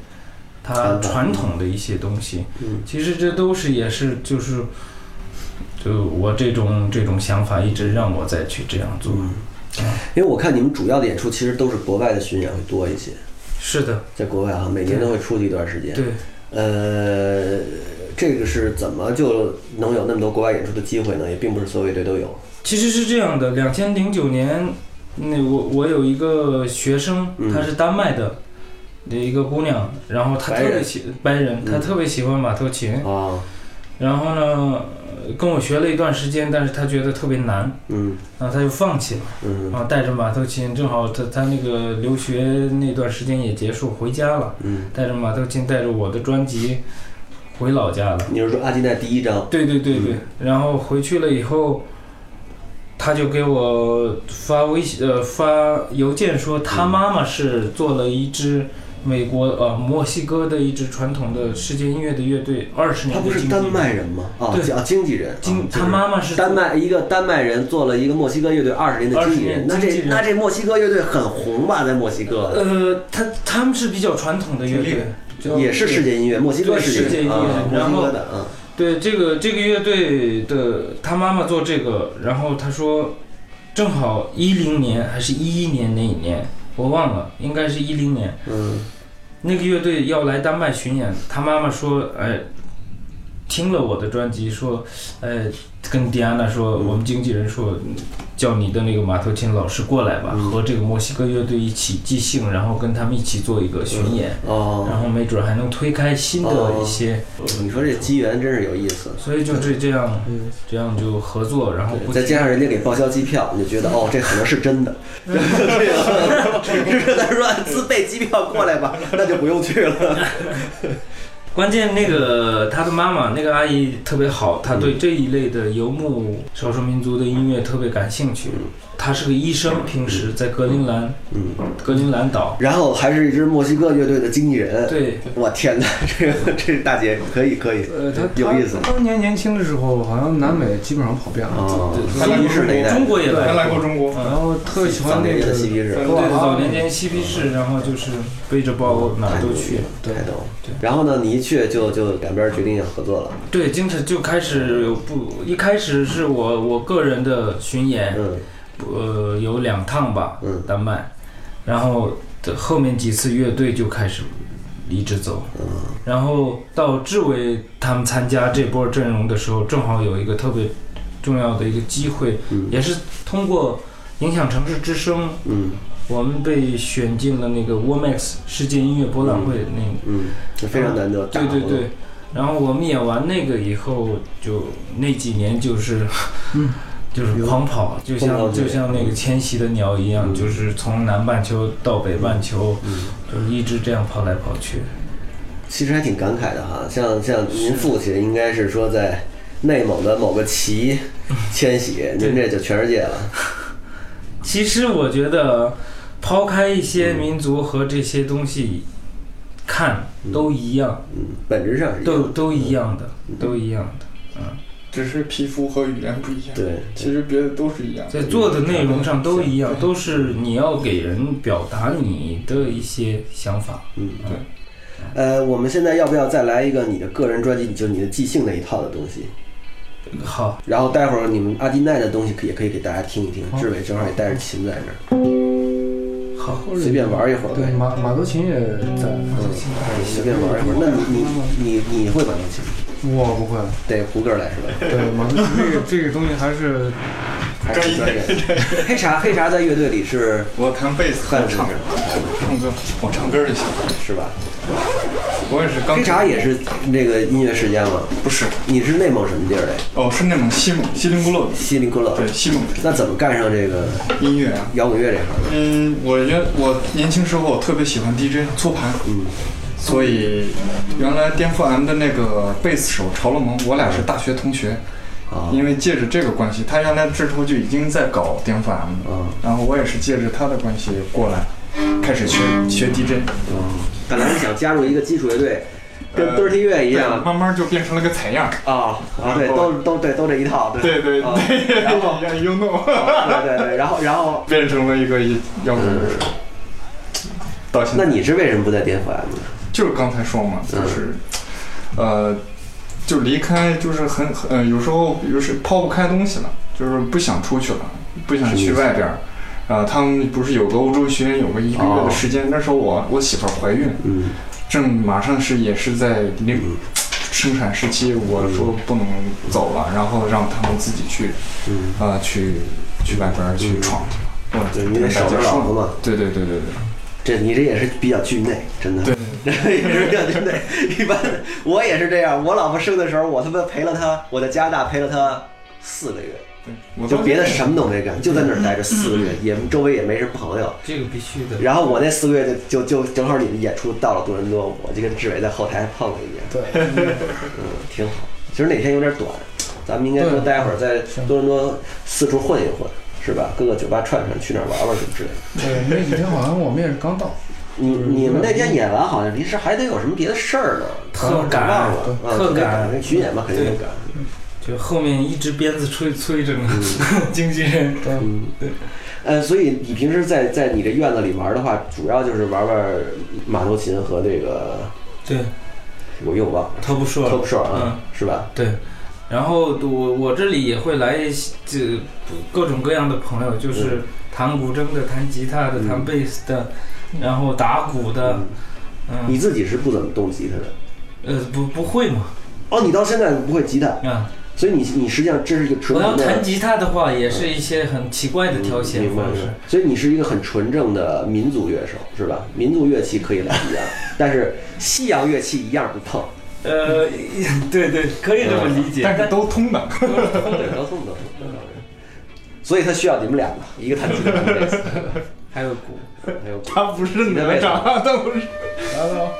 Speaker 3: 它
Speaker 1: 传统
Speaker 3: 传统的一些东西。
Speaker 1: 嗯
Speaker 3: 其实这都是也是就是，就我这种这种想法一直让我再去这样做。
Speaker 1: 嗯。因为我看你们主要的演出其实都是国外的巡演会多一些，
Speaker 3: 是的，
Speaker 1: 在国外哈，每年都会出去一段时间。
Speaker 3: 对。
Speaker 1: 呃，这个是怎么就能有那么多国外演出的机会呢？也并不是所有乐队都有。
Speaker 3: 其实是这样的，两千零九年，那我我有一个学生
Speaker 1: 嗯，
Speaker 3: 她是丹麦的，的一个姑娘，然后她
Speaker 1: 白
Speaker 3: 特
Speaker 1: 人
Speaker 3: 别喜白人，她
Speaker 1: 嗯
Speaker 3: 特别喜欢马头琴，
Speaker 1: 啊，
Speaker 3: 然后呢，呃跟我学了一段时间，但是她觉得特别难，
Speaker 1: 嗯
Speaker 3: 然后她就放弃了，
Speaker 1: 嗯
Speaker 3: 然后带着马头琴，正好她她那个留学那段时间也结束，回家了，
Speaker 1: 嗯
Speaker 3: 带着马头琴，带着我的专辑回老家了。
Speaker 1: 你是说阿基奈第一张？
Speaker 3: 对对对
Speaker 1: 嗯
Speaker 3: 对，然后回去了以后，他就给我发微信呃发邮件说他妈妈是做了一支美国呃墨西哥的一支传统的世界音乐的乐队，二十
Speaker 1: 他
Speaker 3: 年
Speaker 1: 不
Speaker 3: 的
Speaker 1: 是
Speaker 3: 经
Speaker 1: 丹
Speaker 3: 纪人。
Speaker 1: 麦人吗？啊，
Speaker 3: 对
Speaker 1: 经啊，经纪人，啊
Speaker 3: 经
Speaker 1: 就是
Speaker 3: 他妈妈是
Speaker 1: 丹麦一个丹麦人做了一个墨西哥乐队二十年的经纪人，
Speaker 3: 20年
Speaker 1: 那
Speaker 3: 经纪
Speaker 1: 这
Speaker 3: 人
Speaker 1: 那这墨西哥乐队很红吧？在墨西哥
Speaker 3: 呃，他他们是比较传统的乐
Speaker 4: 挺厉
Speaker 3: 队
Speaker 4: 害，
Speaker 3: 就
Speaker 1: 也是世界音乐，墨西哥
Speaker 3: 对世界
Speaker 1: 界
Speaker 3: 音乐
Speaker 1: 啊墨
Speaker 3: 然
Speaker 1: 西
Speaker 3: 后
Speaker 1: 哥的，嗯，
Speaker 3: 对这个这个乐队的，他妈妈做这个，然后他说，正好一零年还是一一年那一年，我忘了，应该是一零年，
Speaker 1: 嗯，
Speaker 3: 那个乐队要来丹麦巡演，他妈妈说，哎，听了我的专辑，说，哎，跟迪安娜说，
Speaker 1: 嗯
Speaker 3: 我们经纪人说，叫你的那个马头琴老师过来吧，
Speaker 1: 嗯
Speaker 3: 和这个墨西哥乐队一起即兴，然后跟他们一起做一个巡演，然
Speaker 1: 哦，
Speaker 3: 后没准还能推开新的一些，
Speaker 1: 你说这机缘真是有意思。
Speaker 3: 所以就这这样。
Speaker 2: 嗯，
Speaker 3: 这样就合作，然后不
Speaker 1: 对再加上人家给报销机票，你就觉得哦，这可能是真 的。这个，只是他说自备机票过来吧，那就不用去了。
Speaker 3: 关键那个他的妈妈那个阿姨特别好，她对这一类的游牧少数民族的音乐特别感兴趣。她是个医生，平时在格陵兰，
Speaker 1: 嗯，
Speaker 3: 格陵兰岛。
Speaker 1: 然后还是一支墨西哥乐队的经纪人，
Speaker 3: 对，
Speaker 1: 我天哪，这个这大姐可以可以，
Speaker 2: 呃，他
Speaker 1: 有意思
Speaker 2: 他当年年轻的时候，好像南美基本上跑遍了。
Speaker 1: 哦
Speaker 3: 对
Speaker 1: 西皮士那一代，
Speaker 3: 中国也
Speaker 4: 他
Speaker 3: 来
Speaker 4: 来
Speaker 3: 过
Speaker 4: 过。中国，
Speaker 2: 然后特喜欢那
Speaker 1: 早年
Speaker 2: 个
Speaker 1: 的嬉皮士
Speaker 2: 格
Speaker 3: 对
Speaker 2: 瓦
Speaker 3: 对，
Speaker 2: 拉
Speaker 3: 早年间嬉皮士，然后就是背着包哪儿都去。对
Speaker 1: 太逗了
Speaker 3: 对。
Speaker 1: 然后呢，你一去就就两边决定要合作了，
Speaker 3: 对，经常就开始有不，一开始是我我个人的巡演，
Speaker 1: 嗯
Speaker 3: 呃，有两趟吧，
Speaker 1: 嗯
Speaker 3: 丹麦，然后这后面几次乐队就开始一直走，
Speaker 1: 嗯
Speaker 3: 然后到志伟他们参加这波阵容的时候，正好有一个特别重要的一个机会，
Speaker 1: 嗯
Speaker 3: 也是通过《影响城市之声》，
Speaker 1: 嗯
Speaker 3: 我们被选进了那个 WOMAX 世界音乐博览会那个
Speaker 1: 嗯，这非常难得，
Speaker 3: 对对对，，然后我们演完那个以后，就那几年就是，
Speaker 2: 嗯
Speaker 3: 就是狂跑，就
Speaker 1: 疯狂
Speaker 3: 像
Speaker 1: 之旅
Speaker 3: 就像那个迁徙的鸟一样，
Speaker 1: 嗯
Speaker 3: 就是从南半球到北半球，
Speaker 1: 嗯。
Speaker 3: 就是一直这样跑来跑去。
Speaker 1: 其实还挺感慨的哈，像像您父亲应该是说在内蒙的某个旗迁徙，您这就全世界了。
Speaker 3: 其实我觉得，抛开一
Speaker 1: 嗯
Speaker 3: 些民族和这些东西看，都一样，
Speaker 1: 嗯，本质上是一
Speaker 3: 都
Speaker 1: 样嗯的
Speaker 3: 都一样的，都一样的。
Speaker 4: 只是皮肤和语言不一样。
Speaker 1: 对，
Speaker 4: 其实别的都是一样。
Speaker 3: 在做的内容上都一样，都是你要给人表达你的一些想法。
Speaker 1: 嗯
Speaker 4: 对。
Speaker 1: 呃，我们现在要不要再来一个你的个人专辑，就是你的即兴那一套的东西？
Speaker 3: 好，
Speaker 1: 然后待会儿你们阿迪奈的东西可以也可以给大家听一听。
Speaker 2: 好
Speaker 1: 志伟正好也带着琴在这
Speaker 3: 好。
Speaker 2: 或
Speaker 1: 儿，
Speaker 2: 者
Speaker 1: 随便玩一会儿
Speaker 2: 对，
Speaker 1: 呗。
Speaker 2: 马马头琴也在。
Speaker 1: 嗯，随便玩一会儿。那你你你你会玩琴？
Speaker 2: 我不会，
Speaker 1: 得胡歌来是吧？
Speaker 2: 对马头琴这个这个东西还是
Speaker 1: 还是专业？ 黑茶黑茶在乐队里是
Speaker 4: 我弹贝斯，
Speaker 1: 汉
Speaker 4: 我
Speaker 1: 子
Speaker 4: 唱唱歌，我唱歌就行。
Speaker 1: 是吧？
Speaker 4: 我也是刚
Speaker 1: 黑茶也是这个音乐世家吗？
Speaker 4: 不是
Speaker 1: 你是内蒙什么地儿的？
Speaker 4: 哦，是内蒙西蒙锡林郭勒的，
Speaker 1: 锡林郭勒。
Speaker 4: 对西蒙
Speaker 1: 那怎么干上这个
Speaker 4: 音乐啊。
Speaker 1: 摇滚乐这行的？
Speaker 4: 嗯，我觉得我年轻时候我特别喜欢 DJ 搓盘，
Speaker 1: 嗯，
Speaker 4: 所以原来颠覆 M 的那个贝斯手潮乐蒙，我俩是大学同学，
Speaker 1: 嗯啊
Speaker 4: 因为借着这个关系，他原来之后就已经在搞颠覆 M 了，
Speaker 1: 啊
Speaker 4: 然后我也是借着他的关系过来，开始学学 DJ，
Speaker 1: 啊本来是想加入一个基础乐队，跟
Speaker 4: 呃
Speaker 1: dirty 乐一
Speaker 4: 对
Speaker 1: 样，
Speaker 4: 慢慢就变成了个采样，
Speaker 1: 啊啊，对，
Speaker 4: 然
Speaker 1: 都
Speaker 4: 后
Speaker 1: 都对，都这一套，对
Speaker 4: 哦对对
Speaker 1: 啊
Speaker 4: 对，
Speaker 1: 然 后
Speaker 4: you know，
Speaker 1: 对对对，然后然 后，
Speaker 4: 变成了一个摇滚歌手，到现
Speaker 1: 嗯那
Speaker 4: 在
Speaker 1: 你嗯是为什么不在颠覆 M 呢？
Speaker 4: 就是刚才说嘛，就是，呃，就离开，就是很很、呃，有时候就是抛不开东西了，就是不想出去了，不想去外边儿。啊，他们不是有个欧洲巡演，有个一个月
Speaker 1: 哦
Speaker 4: 的时间。那时候我我媳妇儿怀孕，
Speaker 1: 嗯
Speaker 4: 正马上是也是在那个生产时期，我说不能走了，然后让他们自己去
Speaker 1: 嗯，
Speaker 4: 啊、呃去去外边儿去闯去了。我
Speaker 1: 对，你得守着老婆嘛，
Speaker 4: 对对对对
Speaker 1: 这你这也是比较惧内，真的。
Speaker 4: 对对，
Speaker 1: 也是这样，真的。一般我也是这样，我老婆生的时候，我他妈陪了她，我在加拿大陪了她四个月，
Speaker 4: 对，我
Speaker 1: 就
Speaker 4: 倒
Speaker 1: 别的
Speaker 4: 是
Speaker 1: 什么都没干，就在那儿待着四个月，也周围也没什么朋友。
Speaker 3: 这个必须的。
Speaker 1: 然后我那四个月就就就正好你们演出到了多伦多，我就跟志伟在后台碰了一面，
Speaker 2: 对，
Speaker 1: 嗯，挺好。其实那天有点短，咱们应该说
Speaker 2: 对
Speaker 1: 待会儿在
Speaker 2: 行
Speaker 1: 多伦多四处混一混，是吧？各个酒吧串串，去哪儿玩玩什么之类的。
Speaker 2: 对，那几天好像我们也是刚到，
Speaker 1: 你你们那天演完好像临时还得有什么别的事儿呢，
Speaker 3: 特
Speaker 1: 赶
Speaker 3: 赶
Speaker 1: 忘了，
Speaker 3: 对
Speaker 1: 啊
Speaker 3: 特赶
Speaker 1: 那巡演嘛肯定得赶，
Speaker 3: 就后面一支鞭子催催着呢，经纪人。
Speaker 2: 对，
Speaker 1: 嗯，
Speaker 3: 对。
Speaker 1: 呃，所以你平时在在你这院子里玩的话，主要就是玩玩马头琴和这个
Speaker 3: 对，
Speaker 1: 我又忘了
Speaker 3: 他不说了。
Speaker 1: ，top show 啊
Speaker 3: 嗯，
Speaker 1: 是吧？
Speaker 3: 对，然后我我这里也会来一些这各种各样的朋友，就是弹古筝的、弹吉他的、
Speaker 1: 嗯
Speaker 3: 弹贝斯的，然后打鼓的，
Speaker 1: 嗯
Speaker 3: 嗯，
Speaker 1: 你自己是不怎么动吉他的。
Speaker 3: 呃，不不会嘛，
Speaker 1: 哦，你到现在不会吉他，
Speaker 3: 啊，
Speaker 1: 所以你你实际上这是一个纯
Speaker 3: 我要
Speaker 1: 纯
Speaker 3: 弹
Speaker 1: 的
Speaker 3: 吉他的话，也是一些很奇怪的调
Speaker 1: 嗯
Speaker 3: 弦
Speaker 1: 明白
Speaker 3: 方
Speaker 1: 明
Speaker 3: 式
Speaker 1: 白。所以你是一个很纯正的民族乐手，是吧？民族乐器可以来一样，但是西洋乐器一样不碰。
Speaker 3: 呃， 对对，可以这么理
Speaker 1: 嗯
Speaker 3: 解。
Speaker 4: 但是 都通的。
Speaker 1: 对，高通高通，所以他需要你们俩嘛，一个弹吉他，一个贝斯，
Speaker 3: 还有鼓，
Speaker 1: 还有鼓
Speaker 4: 他不是
Speaker 1: 你的
Speaker 4: 哪
Speaker 1: 位置
Speaker 4: 吒，他不是。
Speaker 2: 来了哦。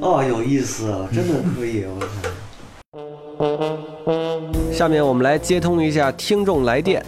Speaker 1: 哦，有意思，啊，真的可以，我操！下面我们来接通一下听众来电。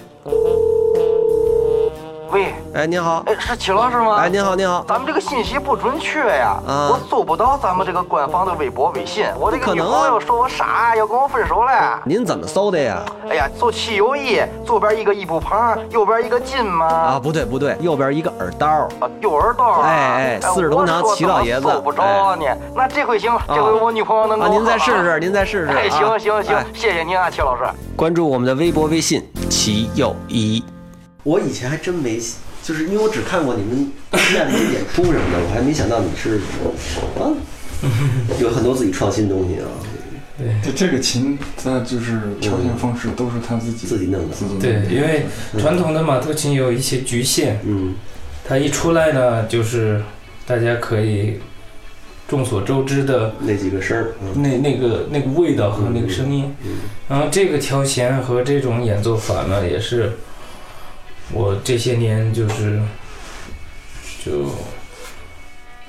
Speaker 5: 喂，
Speaker 1: 哎，您好，
Speaker 5: 哎，是齐老师吗？
Speaker 1: 哎，您好，您好，
Speaker 5: 咱们这个信息不准确呀，
Speaker 1: 啊
Speaker 5: 我搜不到咱们这个官方的微博、微信。我这
Speaker 1: 不
Speaker 5: 个
Speaker 1: 可
Speaker 5: 女
Speaker 1: 能啊
Speaker 5: 朋友说我傻，要跟我分手了。
Speaker 1: 您怎么搜的呀？
Speaker 5: 哎呀，搜汽油一，左边一个一步旁，右边一个金嘛。
Speaker 1: 啊，不对不对，右边一个耳刀。
Speaker 5: 啊，幼儿道啊！
Speaker 1: 哎哎四世同堂
Speaker 5: 我说
Speaker 1: 齐老爷子哎
Speaker 5: 怎么搜不着呢。那这回行了，这回我女朋友能给
Speaker 1: 啊，
Speaker 5: 我
Speaker 1: 您再
Speaker 5: 好
Speaker 1: 试
Speaker 5: 了啊
Speaker 1: 试，您再试试。
Speaker 5: 哎，
Speaker 1: 啊
Speaker 5: 行行行
Speaker 1: 哎，
Speaker 5: 谢谢您啊，齐老师。
Speaker 1: 关注我们的微博、微信“齐又一”。我以前还真没就是因为我只看过你们院子演出什么的，我还没想到你是啊，有很多自己创新东西啊，
Speaker 4: 对这个琴，它就是调弦方式都是他自己
Speaker 1: 自己弄的
Speaker 4: 自己弄
Speaker 3: 对
Speaker 4: 的，
Speaker 3: 因为传统的马头琴有一些局限，
Speaker 1: 嗯
Speaker 3: 它一出来呢，就是大家可以众所周知的
Speaker 1: 那几个声儿，嗯
Speaker 3: 那那个那个味道和那个声音，
Speaker 1: 嗯
Speaker 3: 然后这个调弦和这种演奏法呢，也是我这些年就是就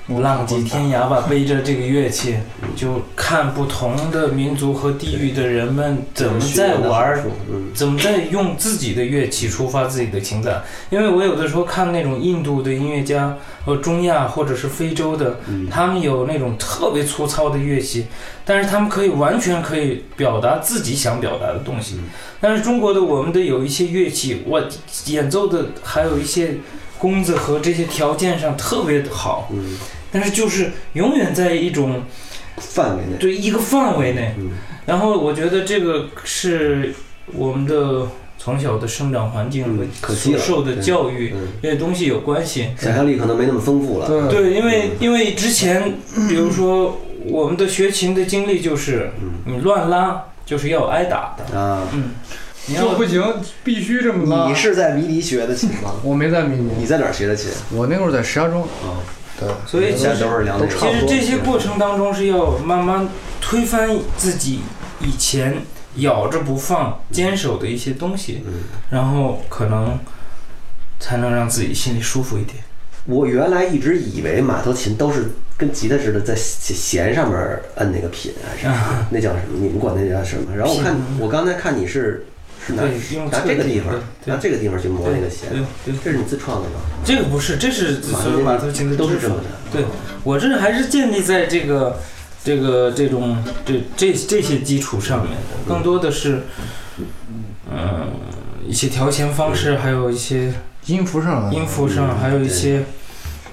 Speaker 4: 我
Speaker 3: 浪迹天涯 吧，背着这个乐器，
Speaker 1: 嗯
Speaker 3: 就看不同的民族和地域的人们怎么在玩儿，，
Speaker 1: 嗯
Speaker 3: 怎么在用自己的乐器抒发自己的情感？因为我有的时候看那种印度的音乐家，和中亚或者是非洲的，
Speaker 1: 嗯，
Speaker 3: 他们有那种特别粗糙的乐器，但是他们可以完全可以表达自己想表达的东西
Speaker 1: 嗯。
Speaker 3: 但是中国的我们的有一些乐器，我演奏的还有一些弓子和这些条件上特别好，
Speaker 1: 嗯
Speaker 3: 但是就是永远在一种
Speaker 1: 范围内，
Speaker 3: 对一个范围内。
Speaker 1: 嗯
Speaker 3: 然后我觉得这个是我们的从小的生长环境
Speaker 1: 嗯可
Speaker 3: 和
Speaker 1: 惜
Speaker 3: 所
Speaker 1: 了
Speaker 3: 受的
Speaker 1: 对
Speaker 3: 教育
Speaker 1: 嗯，
Speaker 3: 这些东西有关系。
Speaker 1: 想象力可能没那么丰富了，
Speaker 2: 对
Speaker 3: 对，因为因为之前，比如说我们的学琴的经历就是，你乱拉就是要挨打的。
Speaker 1: 啊，
Speaker 3: 嗯，你
Speaker 2: 这
Speaker 3: 要
Speaker 2: 不行，必须这么拉。
Speaker 1: 你是在迷笛学的琴吗？
Speaker 2: 我没在迷你，
Speaker 1: 你在哪儿学的琴？
Speaker 2: 我那会儿在石家庄。
Speaker 1: 啊，
Speaker 2: 对，
Speaker 3: 所以其
Speaker 1: 现在
Speaker 3: 实
Speaker 1: 都是聊那
Speaker 2: 都
Speaker 1: 个
Speaker 3: 其
Speaker 2: 差不
Speaker 3: 实
Speaker 2: 多
Speaker 3: 这些过程当中是要慢慢推翻自己以前咬着不放、坚守的一些东西，
Speaker 1: 嗯
Speaker 3: 然后可能才能让自己心里舒服一点。
Speaker 1: 我原来一直以为马头琴都是跟吉他似的，在弦弦上面摁那个品还是什
Speaker 3: 啊
Speaker 1: 么，那叫什么？你们管那叫什么？然后我看
Speaker 3: 嗯品，
Speaker 1: 我刚才看你是是拿
Speaker 3: 对，用
Speaker 1: 拿这个地方
Speaker 3: 对，
Speaker 1: 拿
Speaker 3: 对
Speaker 1: 这个地方去磨那个弦，
Speaker 3: 对对，
Speaker 1: 这是你自创的吗？
Speaker 3: 这个不是，这是
Speaker 1: 马
Speaker 3: 所谓马头琴的
Speaker 1: 都是
Speaker 3: 制
Speaker 1: 这
Speaker 3: 服
Speaker 1: 么的，
Speaker 3: 对我这还是建立在这个、这个、这种、这这这些基础上面的，更多的是，嗯、一些调弦方式，还有一些
Speaker 2: 音符上啊，
Speaker 3: 音符上，
Speaker 1: 嗯
Speaker 3: 还有
Speaker 1: 对
Speaker 3: 一些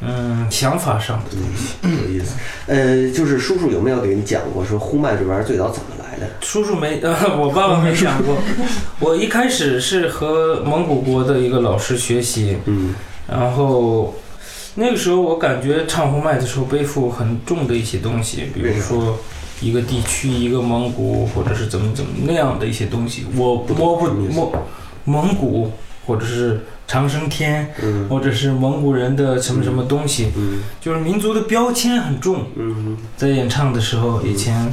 Speaker 3: 嗯想法上的东西。
Speaker 1: 嗯有意思。呃，就是叔叔有没有给你讲过说呼麦这玩意儿最早怎么来的？
Speaker 3: 叔叔没，呃，我爸爸没讲过。我一开始是和蒙古国的一个老师学习，
Speaker 1: 嗯
Speaker 3: 然后那个时候我感觉唱呼麦的时候背负很重的一些东西，比如说一个地区、一个蒙古，或者是怎么怎么那样的一些东西，我摸不
Speaker 1: 什么意思
Speaker 3: 摸蒙古，或者是长生天，
Speaker 1: 嗯
Speaker 3: 或者是蒙古人的什么什么东西，
Speaker 1: 嗯
Speaker 3: 就是民族的标签很重。
Speaker 1: 嗯
Speaker 3: 在演唱的时候，以前，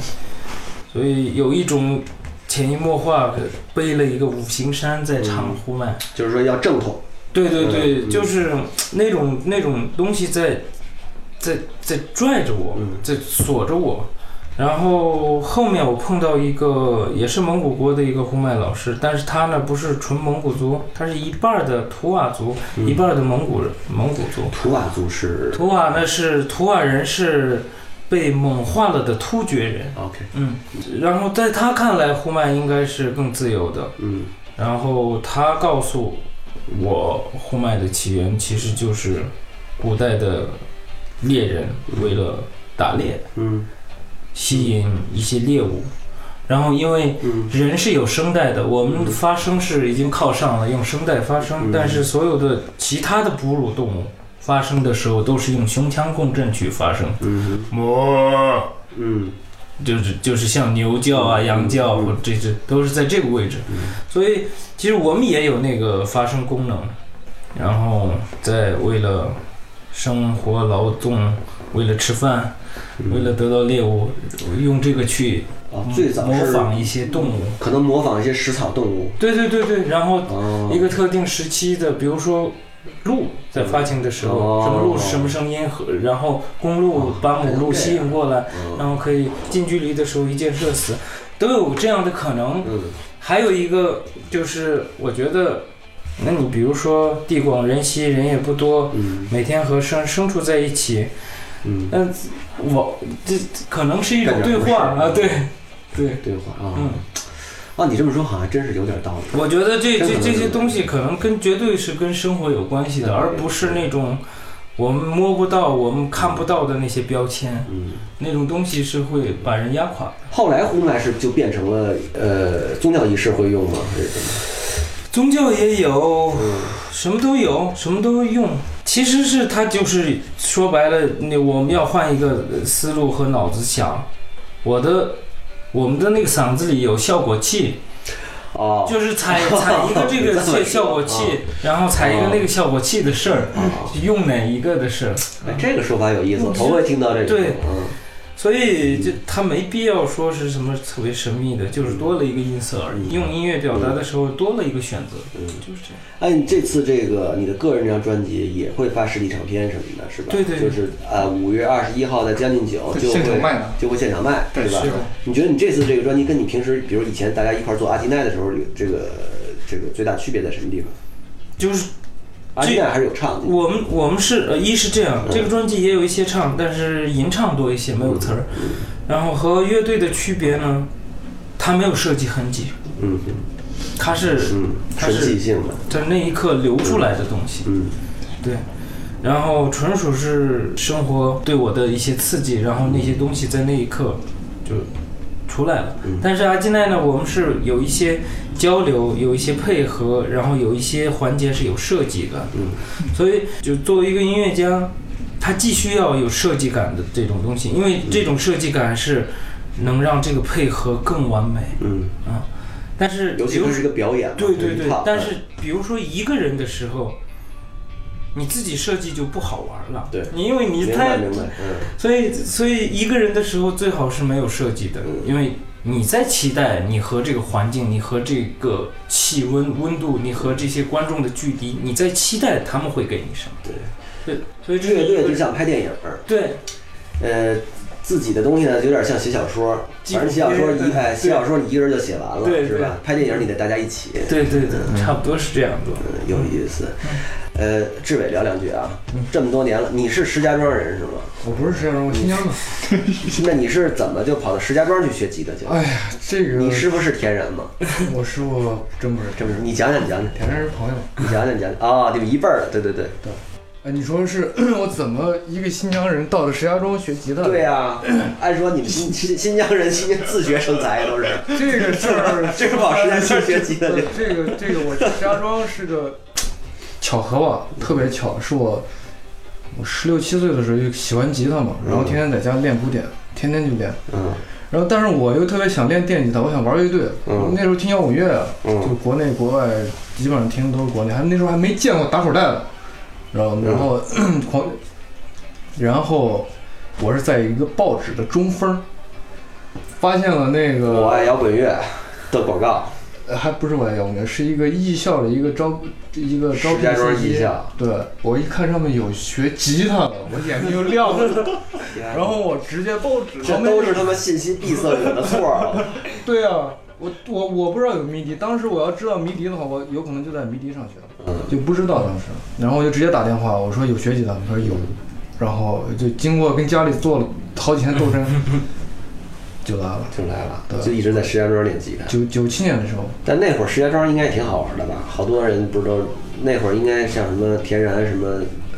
Speaker 3: 所以有一种潜移默化地背了一个五行山
Speaker 1: 嗯
Speaker 3: 在唱呼麦。
Speaker 1: 哼，就是说要正统。
Speaker 3: 对对对，
Speaker 1: 嗯
Speaker 3: 就是那种那种东西在在在拽着我，
Speaker 1: 嗯
Speaker 3: 在锁着我。然后后面我碰到一个也是蒙古国的一个呼麦老师，但是他呢不是纯蒙古族，他是一半儿的图瓦族，
Speaker 1: 嗯
Speaker 3: 一半儿的蒙古人蒙古族。
Speaker 1: 图瓦族是
Speaker 3: 图瓦呢是图瓦人是被蒙化了的突厥人，
Speaker 1: OK，
Speaker 3: 嗯，然后在他看来，呼麦应该是更自由的，
Speaker 1: 嗯
Speaker 3: 然后他告诉我，呼麦的起源其实就是古代的猎人为了打猎，
Speaker 1: 嗯
Speaker 3: 吸引一些猎物。然后因为
Speaker 1: 嗯
Speaker 3: 人是有声带的，我们
Speaker 1: 嗯
Speaker 3: 发声是已经靠上了，用声带发声
Speaker 1: 嗯。
Speaker 3: 但是所有的其他的哺乳动物发声的时候，都是用胸腔共振去发声。
Speaker 1: 嗯
Speaker 3: 哞，
Speaker 1: 嗯
Speaker 3: 就是就是像牛叫啊、
Speaker 1: 嗯
Speaker 3: 羊叫，
Speaker 1: 嗯
Speaker 3: 或者这这都是在这个位置
Speaker 1: 嗯，
Speaker 3: 所以其实我们也有那个发声功能，然后在为了生活劳动，为了吃饭，
Speaker 1: 嗯
Speaker 3: 为了得到猎物，用这个去
Speaker 1: 啊，最早
Speaker 3: 模
Speaker 1: 是
Speaker 3: 仿一些动物。
Speaker 1: 可能模仿一些食草动物。
Speaker 3: 对对对对，然后
Speaker 1: 哦，
Speaker 3: 一个特定时期的，比如说。鹿在发情的时
Speaker 1: 哦
Speaker 3: 候，什么鹿是什么声音，和然后公鹿
Speaker 1: 哦
Speaker 3: 把母鹿
Speaker 1: 还能这样
Speaker 3: 吸引过来，
Speaker 1: 嗯
Speaker 3: 然后可以近距离的时候一箭射死，都有这样的可能。
Speaker 1: 嗯
Speaker 3: 还有一个就是，我觉得，那你比如说地广人稀，人也不多，
Speaker 1: 嗯
Speaker 3: 每天和牲牲畜在一起，
Speaker 1: 嗯，
Speaker 3: 那我这可能是一种
Speaker 1: 干
Speaker 3: 对
Speaker 1: 点
Speaker 3: 话
Speaker 1: 什么事儿
Speaker 3: 啊，对，对，
Speaker 1: 对话啊。
Speaker 3: 嗯，
Speaker 1: 哦，你这么说好像真是有点道理。
Speaker 3: 我觉得
Speaker 1: 这
Speaker 3: 这
Speaker 1: 可
Speaker 3: 这
Speaker 1: 能
Speaker 3: 这
Speaker 1: 是
Speaker 3: 些东西可能跟绝对是跟生活有关系的，
Speaker 1: 对
Speaker 3: 而不是那种。我们摸不到、我们看不到的那些标签，
Speaker 1: 嗯，
Speaker 3: 那种东西是会把人压垮的。
Speaker 1: 后来呼麦是就变成了呃宗教仪式会用吗？还是什么？
Speaker 3: 宗教也有，
Speaker 1: 嗯
Speaker 3: 什么都有，什么都用。其实是他就是说白了，你我们要换一个思路和脑子想。我的，我们的那个嗓子里有效果器，
Speaker 1: 哦，
Speaker 3: 就是采采一个这
Speaker 1: 这
Speaker 3: 个
Speaker 1: 么 说
Speaker 3: 效效果器，
Speaker 1: 嗯
Speaker 3: 然后采一个那个效果器的事儿，
Speaker 1: 哦
Speaker 3: 用哪一个的事儿。
Speaker 1: 哎，这个说法有意思，头回听到这个。
Speaker 3: 对
Speaker 1: 嗯，
Speaker 3: 所以就他没必要说是什么特别神秘的，就是多了一个音色而已。用音乐表达的时候多了一个选择，
Speaker 1: 嗯
Speaker 3: 就是这样。
Speaker 1: 哎，你这次这个你的个人这张专辑也会发实体唱片什么的，是吧？
Speaker 3: 对对对
Speaker 1: 就是呃，五月二十一号在将近九就
Speaker 4: 现场
Speaker 1: 会
Speaker 4: 卖的，
Speaker 1: 就会现场卖，
Speaker 4: 对
Speaker 1: 对吧
Speaker 4: 是？
Speaker 1: 你觉得你这次这个专辑跟你平时，比如以前大家一块儿做阿基奈的时候，有这个这个最大区别在什么地方？
Speaker 3: 就是
Speaker 1: 阿基奈还是有唱的，
Speaker 3: 我们我们是呃，一是这
Speaker 1: 嗯
Speaker 3: 样，这个专辑也有一些唱，但是吟唱多一些，没有词儿。然后和乐队的区别呢，它没有设计痕迹，
Speaker 1: 嗯
Speaker 3: 它是
Speaker 1: 嗯，
Speaker 3: 它
Speaker 1: 纯
Speaker 3: 是
Speaker 1: 即兴的，
Speaker 3: 在那一刻流出来的东西。
Speaker 1: 嗯
Speaker 3: 对，然后纯属是生活对我的一些刺激，然后那些东西在那一刻就出来了。
Speaker 1: 嗯
Speaker 3: 但是阿基奈呢，我们是有一些交流，有一些配合，然后有一些环节是有设计的。嗯，所以就作为一个音乐家，他既需要有设计感的这种东西，因为这种设计感是能让这个配合更完美
Speaker 1: 嗯，
Speaker 3: 啊。但是
Speaker 1: 尤其
Speaker 3: 流
Speaker 1: 它是一个表演嘛，
Speaker 3: 对对
Speaker 1: 就是
Speaker 3: 对
Speaker 1: 一套，
Speaker 3: 但是比如说一个人的时候，你自己设计就不好玩了。
Speaker 1: 对
Speaker 3: 你因为你
Speaker 1: 明白
Speaker 3: 太，
Speaker 1: 明白，嗯
Speaker 3: 所以所以一个人的时候最好是没有设计的，因为你在期待你和这个环境，你和这个气温温度，你和这些观众的距离，你在期待他们会给你什么。
Speaker 1: 对。
Speaker 3: 对，所以这
Speaker 1: 乐
Speaker 3: 是一
Speaker 1: 队
Speaker 3: 个
Speaker 1: 就像拍电影儿，
Speaker 3: 对
Speaker 1: 呃，自己的东西呢，有点像写小说，
Speaker 3: 记录
Speaker 1: 反正写小说一
Speaker 3: 片
Speaker 1: 哎，写小说你一个人就写完了，
Speaker 3: 对
Speaker 1: 是吧？拍电影你得大家一起，
Speaker 3: 对对对，差不多是这样的。
Speaker 1: 嗯，有意思。呃，志伟聊两句啊，这么多年了，你是石家庄人是吗？
Speaker 2: 我不是石家庄，我新疆的。
Speaker 1: 那你是怎么就跑到石家庄去学吉他去了？
Speaker 2: 哎呀，这个
Speaker 1: 你师傅是天然吗？
Speaker 2: 我师傅真不是，
Speaker 1: 这不是，你讲讲，你讲讲，
Speaker 2: 田然是朋友。
Speaker 1: 你讲讲，你讲讲啊，你们一辈儿的，对对对，
Speaker 2: 哎，你说是 我怎么一个新疆人到了石家庄学吉他？
Speaker 1: 对啊呀。按说你们新新新疆人，新疆自学成才都是，，
Speaker 2: 这个事儿
Speaker 1: 这是跑石家庄学吉他 去。
Speaker 2: 这个这个，我石家庄是个巧合吧，特别巧，是我我十六七岁的时候就喜欢吉他嘛，然后天天在家练古典，天天就练。
Speaker 1: 嗯
Speaker 2: 然后，但是我又特别想练电吉他，我想玩乐队。
Speaker 1: 嗯
Speaker 2: 那时候听摇滚乐啊，
Speaker 1: 嗯
Speaker 2: 就国内国外基本上听的都是国内，还那时候还没见过打口袋的，然后
Speaker 1: 嗯
Speaker 2: 然后、狂，然后我是在一个报纸的中分儿发现了那
Speaker 1: 我
Speaker 2: 个，
Speaker 1: 爱摇滚乐的广告，
Speaker 2: 呃还不是我爱摇滚乐，是一个艺校的一个招一个招
Speaker 1: 石家
Speaker 2: 聘
Speaker 1: 庄
Speaker 2: 信
Speaker 1: 艺
Speaker 2: 息。
Speaker 1: 校，
Speaker 2: 对我一看上面有学吉他的，我眼睛就亮 了，然后我直接报纸
Speaker 1: 这
Speaker 2: 旁边
Speaker 1: 都是他妈信息闭塞我的错儿。
Speaker 2: 对啊，我我我不知道有迷笛，当时我要知道迷笛的话，我有可能就在迷笛上学了，
Speaker 1: 嗯
Speaker 2: 就不知道当时。然后我就直接打电话，我说有学吉他吗，他说有，然后就经过跟家里做了好几天斗 争，就来了。
Speaker 1: 就来了，
Speaker 2: 对
Speaker 1: 就一直在石家庄练吉他。
Speaker 2: 九九七年的时候，
Speaker 1: 但那会儿石家庄应该也挺好玩的吧？好多人不是都那会儿应该像什么田然什么，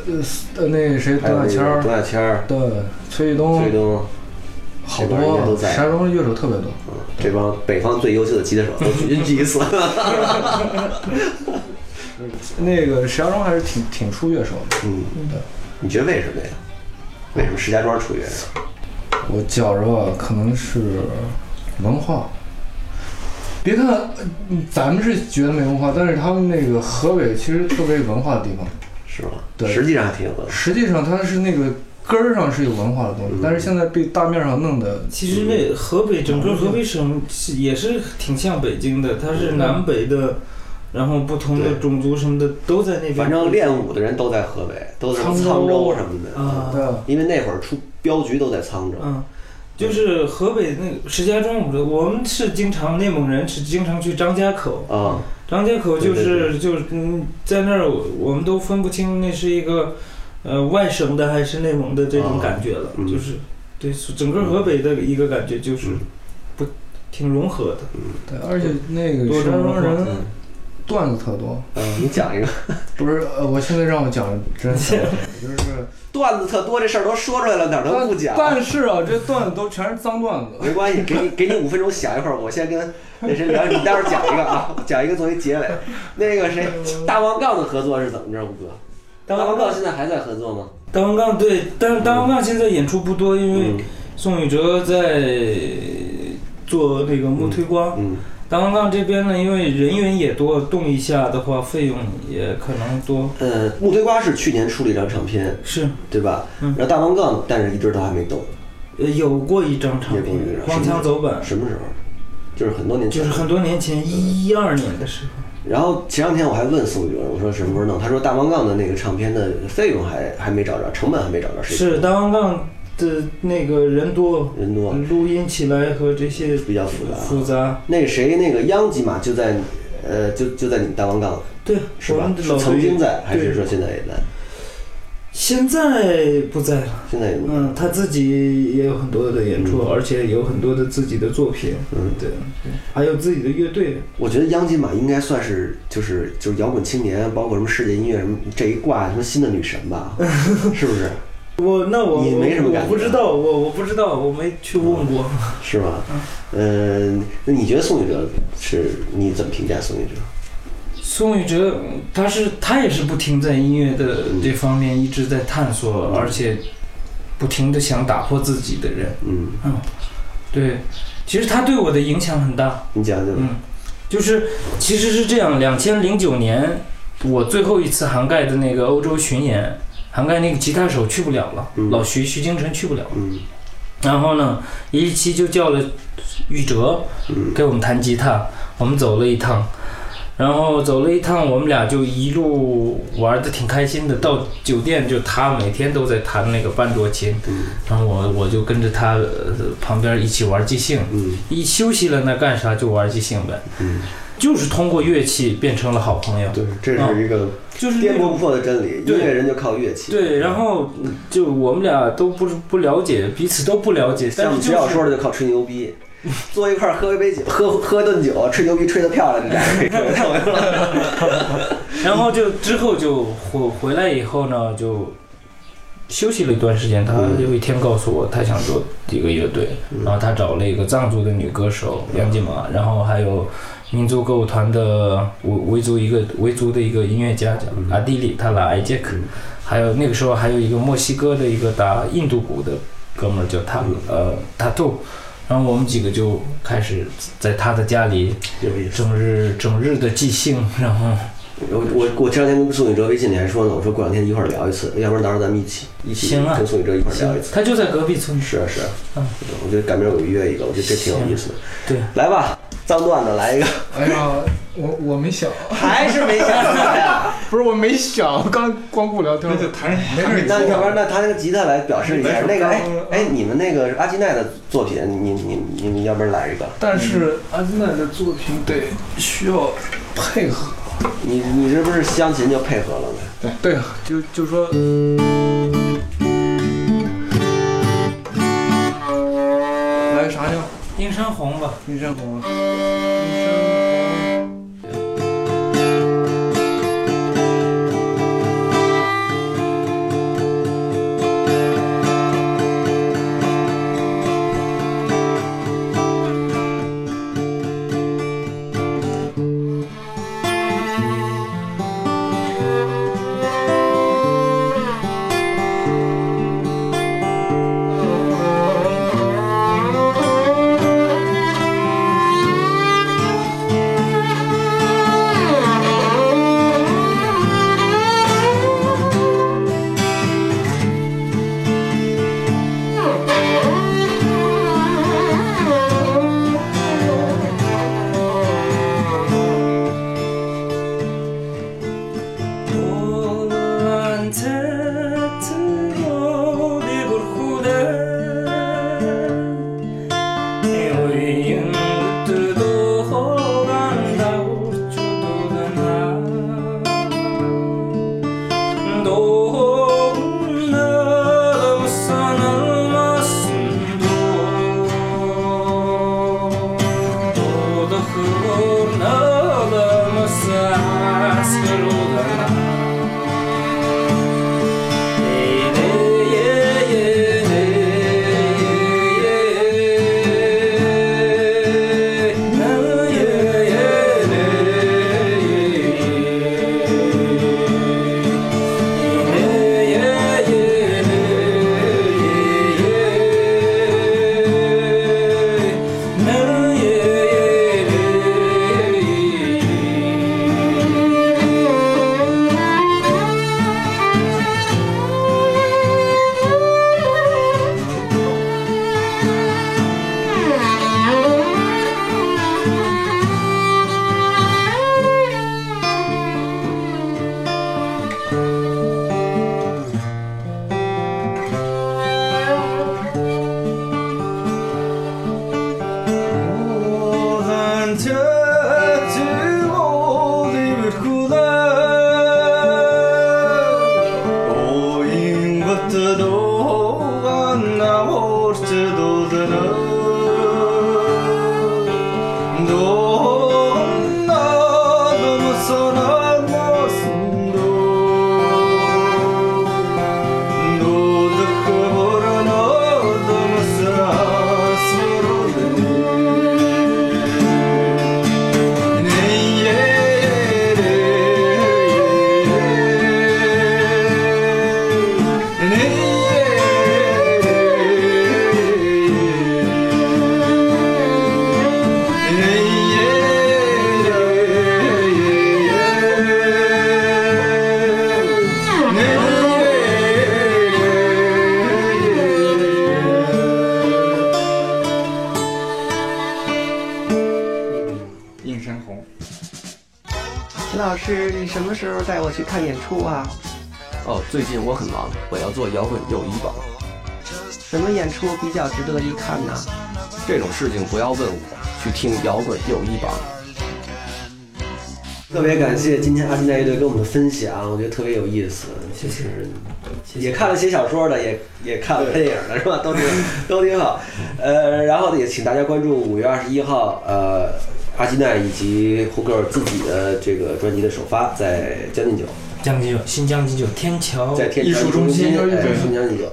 Speaker 2: 呃呃，那谁
Speaker 1: 还有
Speaker 2: 邓亚
Speaker 1: 那
Speaker 2: 千
Speaker 1: 个
Speaker 2: 儿，
Speaker 1: 董亚千儿、
Speaker 2: 对，崔旭东
Speaker 1: 崔，东，
Speaker 2: 好
Speaker 1: 这帮人都
Speaker 2: 多
Speaker 1: 在
Speaker 2: 石家庄的乐手特别多。
Speaker 1: 嗯这帮北方最优秀的吉他手都聚集死了。
Speaker 2: 那个石家庄还是挺挺出乐手的。
Speaker 1: 嗯，
Speaker 2: 对，
Speaker 1: 你觉得为什么呀？为什么石家庄出乐
Speaker 2: 我觉着吧，可能是文化。别看呃咱们是觉得没文化，但是他们那个河北其实特别有文化的地方，
Speaker 1: 是吗？
Speaker 2: 对
Speaker 1: 实际上还挺有文化。
Speaker 2: 实际上它是那个根儿上是有文化的东西
Speaker 1: 嗯，
Speaker 2: 但是现在被大面上弄的，
Speaker 3: 其实那河北整个河北省是也是挺像北京的，它是南北的，然后不同的
Speaker 1: 对
Speaker 3: 种族什么的都在那边。
Speaker 1: 反正练武的人都在河北，都在沧
Speaker 2: 沧州
Speaker 1: 州什么的。
Speaker 3: 啊
Speaker 2: 对，
Speaker 1: 因为那会儿出镖局都在沧州。
Speaker 3: 嗯，就是河北那个石家庄，我我们是经常内蒙人是经常去张家口，
Speaker 1: 啊，
Speaker 3: 张家口就是
Speaker 1: 对
Speaker 3: 就是嗯，在那儿我我们都分不清那是一个呃外省的还是内蒙的这种
Speaker 1: 啊
Speaker 3: 感觉了，
Speaker 1: 嗯
Speaker 3: 就是对整个河北的一个感觉就是
Speaker 1: 嗯
Speaker 3: 不挺融合的。
Speaker 2: 对，而且那个
Speaker 3: 多
Speaker 2: 石
Speaker 3: 种
Speaker 2: 家
Speaker 3: 文化
Speaker 2: 庄人
Speaker 1: 嗯
Speaker 2: 段子特多，
Speaker 1: 嗯，你讲一个
Speaker 2: 不是呃，我现在让我讲 真想不出来就是
Speaker 1: 段子特多这事儿都说出来了，哪儿能不讲？
Speaker 2: 但是啊，这段子都全是脏段子。
Speaker 1: 没关系，给你给你五分钟想一会儿，我先跟那谁聊，你待会儿讲一个啊， 讲一个作为结尾。那个谁，
Speaker 3: 嗯
Speaker 1: 大王杠的合作是怎么着，吴哥？大
Speaker 3: 大王
Speaker 1: 王
Speaker 3: 杠
Speaker 1: 杠现在还在合作吗？
Speaker 3: 大王杠对，但是大王杠现在演出不多，因为
Speaker 1: 嗯
Speaker 3: 宋雨哲在做那个幕推光。
Speaker 1: 嗯
Speaker 3: 大王杠这边呢，因为人员也多，动一下的话，费用也可能多。
Speaker 1: 呃，木推瓜是去年出了一张唱片，
Speaker 3: 是，
Speaker 1: 对吧？
Speaker 3: 嗯
Speaker 1: 然后大王杠，但是一直都还没动，
Speaker 3: 呃，有过一张唱片
Speaker 1: 有过一张
Speaker 3: 《光枪走板》，
Speaker 1: 什么时候？就是很多年前，
Speaker 3: 就是很多年前一二年的时候。
Speaker 1: 然后前两天我还问宋宇，我说什么时候弄？他说大王杠的那个唱片的费用还还没找着，成本还没找着，谁
Speaker 3: 是大王杠的那个人多，
Speaker 1: 人多
Speaker 3: 录音起来和这些
Speaker 1: 比较复杂。
Speaker 3: 复杂。
Speaker 1: 那谁那个央吉嘛就在，呃，就就在你们大王杠
Speaker 3: 对，
Speaker 1: 是
Speaker 3: 我
Speaker 1: 吧
Speaker 3: 们？的
Speaker 1: 是
Speaker 3: 老
Speaker 1: 曾
Speaker 3: 队
Speaker 1: 经在还是
Speaker 3: 对
Speaker 1: 说现在也在？
Speaker 3: 现在不在了。
Speaker 1: 现在也在
Speaker 3: 嗯，他自己也有很多的演出，而且有很多的自己的作品，
Speaker 1: 嗯，
Speaker 3: 对，还有自己的乐队。
Speaker 1: 我觉得央吉玛应该算是就是就是摇滚青年，包括什么世界音乐什么这一挂什么新的女神 吧，是不是？
Speaker 3: 我那我
Speaker 1: 你没什么感觉啊
Speaker 3: 我不知道，我我不知道，我没去问过。
Speaker 1: 是吧？嗯、那你觉得宋雨哲是你怎么评价宋雨哲？
Speaker 3: 宋雨哲，他是他也是不停在音乐的
Speaker 1: 嗯
Speaker 3: 这方面一直在探索，而且不停的想打破自己的人。
Speaker 1: 嗯，
Speaker 3: 对，其实他对我的影响很大。
Speaker 1: 你讲讲。
Speaker 3: 嗯，就是其实是这样，两千零九年我最后一次涵盖的那个欧洲巡演，涵盖那个吉他手去不了了，
Speaker 1: 嗯
Speaker 3: 老徐徐京城去不了。
Speaker 1: 嗯
Speaker 3: 然后呢，一期就叫了玉哲
Speaker 1: 嗯
Speaker 3: 给我们弹吉他，我们走了一趟。然后走了一趟，我们俩就一路玩的挺开心的。到酒店就他每天都在弹那个班卓琴，
Speaker 1: 嗯
Speaker 3: 然后我我就跟着他、呃旁边一起玩即兴。
Speaker 1: 嗯
Speaker 3: 一休息了那干啥就玩即兴呗。
Speaker 1: 嗯，
Speaker 3: 就是通过乐器变成了好朋友，
Speaker 1: 对，这是一个
Speaker 3: 就是那
Speaker 1: 颠簸不
Speaker 3: 种
Speaker 1: 破的真理。音
Speaker 3: 啊对
Speaker 1: 乐人就靠乐器。
Speaker 3: 对，然后就我们俩都不是不了解，彼此都不了解，但
Speaker 1: 像我们
Speaker 3: 是就是
Speaker 1: 学校说的，就靠吹牛逼。坐一块儿喝一杯酒，喝喝顿酒，吹牛逼吹得漂亮，你俩可以成为朋友了
Speaker 3: 然后就之后就回回来以后呢，就休息了一段时间。他
Speaker 1: 嗯
Speaker 3: 有一天告诉我，他想做一个乐队，然后他找了一个藏族的女歌手杨金玛，然后还有民族歌舞团的维维族一个维族的一个音乐家叫阿地里，他来艾杰克，还有那个时候还有一个墨西哥的一个打印度鼓的哥们儿叫他呃塔杜。然后我们几个就开始在他的家里
Speaker 1: 有意思。
Speaker 3: 整日整日的即兴，然后
Speaker 1: 我我我前两天跟宋雨哲微信里还说呢，我说过两天一块儿聊一次，要不然到时候咱们一起一起
Speaker 3: 行啊
Speaker 1: 跟宋雨哲一块儿
Speaker 3: 行
Speaker 1: 聊一次。
Speaker 3: 他就在隔壁村。
Speaker 1: 是啊是啊，
Speaker 3: 嗯
Speaker 1: 我觉得赶明儿我约一个，我觉得这挺有意思的。
Speaker 3: 对，
Speaker 1: 来吧，脏段子来一个，
Speaker 2: 哎呀，我我没想，
Speaker 1: 还是没想起来啊？
Speaker 2: 不是我没想，我刚光顾聊天
Speaker 4: 那
Speaker 2: 儿。
Speaker 4: 就弹
Speaker 2: 没事
Speaker 4: 弹
Speaker 1: 那 要 不然那他那个吉他来表示一下
Speaker 4: 没事
Speaker 1: 那个哎
Speaker 4: 嗯
Speaker 1: 哎，你们那个阿基奈的作品，你你你们要不然来一个？
Speaker 2: 但
Speaker 3: 嗯
Speaker 2: 是阿金奈的作品得需要配合。
Speaker 1: 你你这不是湘琴就配合了吗？
Speaker 2: 对啊，就就说。来啥呀？
Speaker 3: 映山红吧，
Speaker 2: 映山红啊。映山
Speaker 6: 啊。
Speaker 1: te dovan amor te do te do donna dono sono mos do do de covorno dono sa smirode
Speaker 4: 映山红，
Speaker 1: 秦老师，你什么时候带我去看演出啊？
Speaker 6: 哦，最近我很忙，我要做摇滚又医保。
Speaker 1: 什么演出比较值得一看呢？
Speaker 6: 这种事情不要问我，去听摇滚又医保。
Speaker 1: 特别感谢今天阿金带乐队跟我们的分享，我觉得特别有意思。其实也看了写小说的，也也看了电影的，是吧？都挺都挺好。呃，然后也请大家关注五月二十一号，呃，阿基奈以及胡歌尔自己的这个专辑的首发，在将近九，
Speaker 3: 将进酒，新将进酒，天桥
Speaker 1: 在天
Speaker 4: 艺术
Speaker 1: 中
Speaker 4: 中心
Speaker 1: 哎，
Speaker 4: 对
Speaker 1: 新将近九。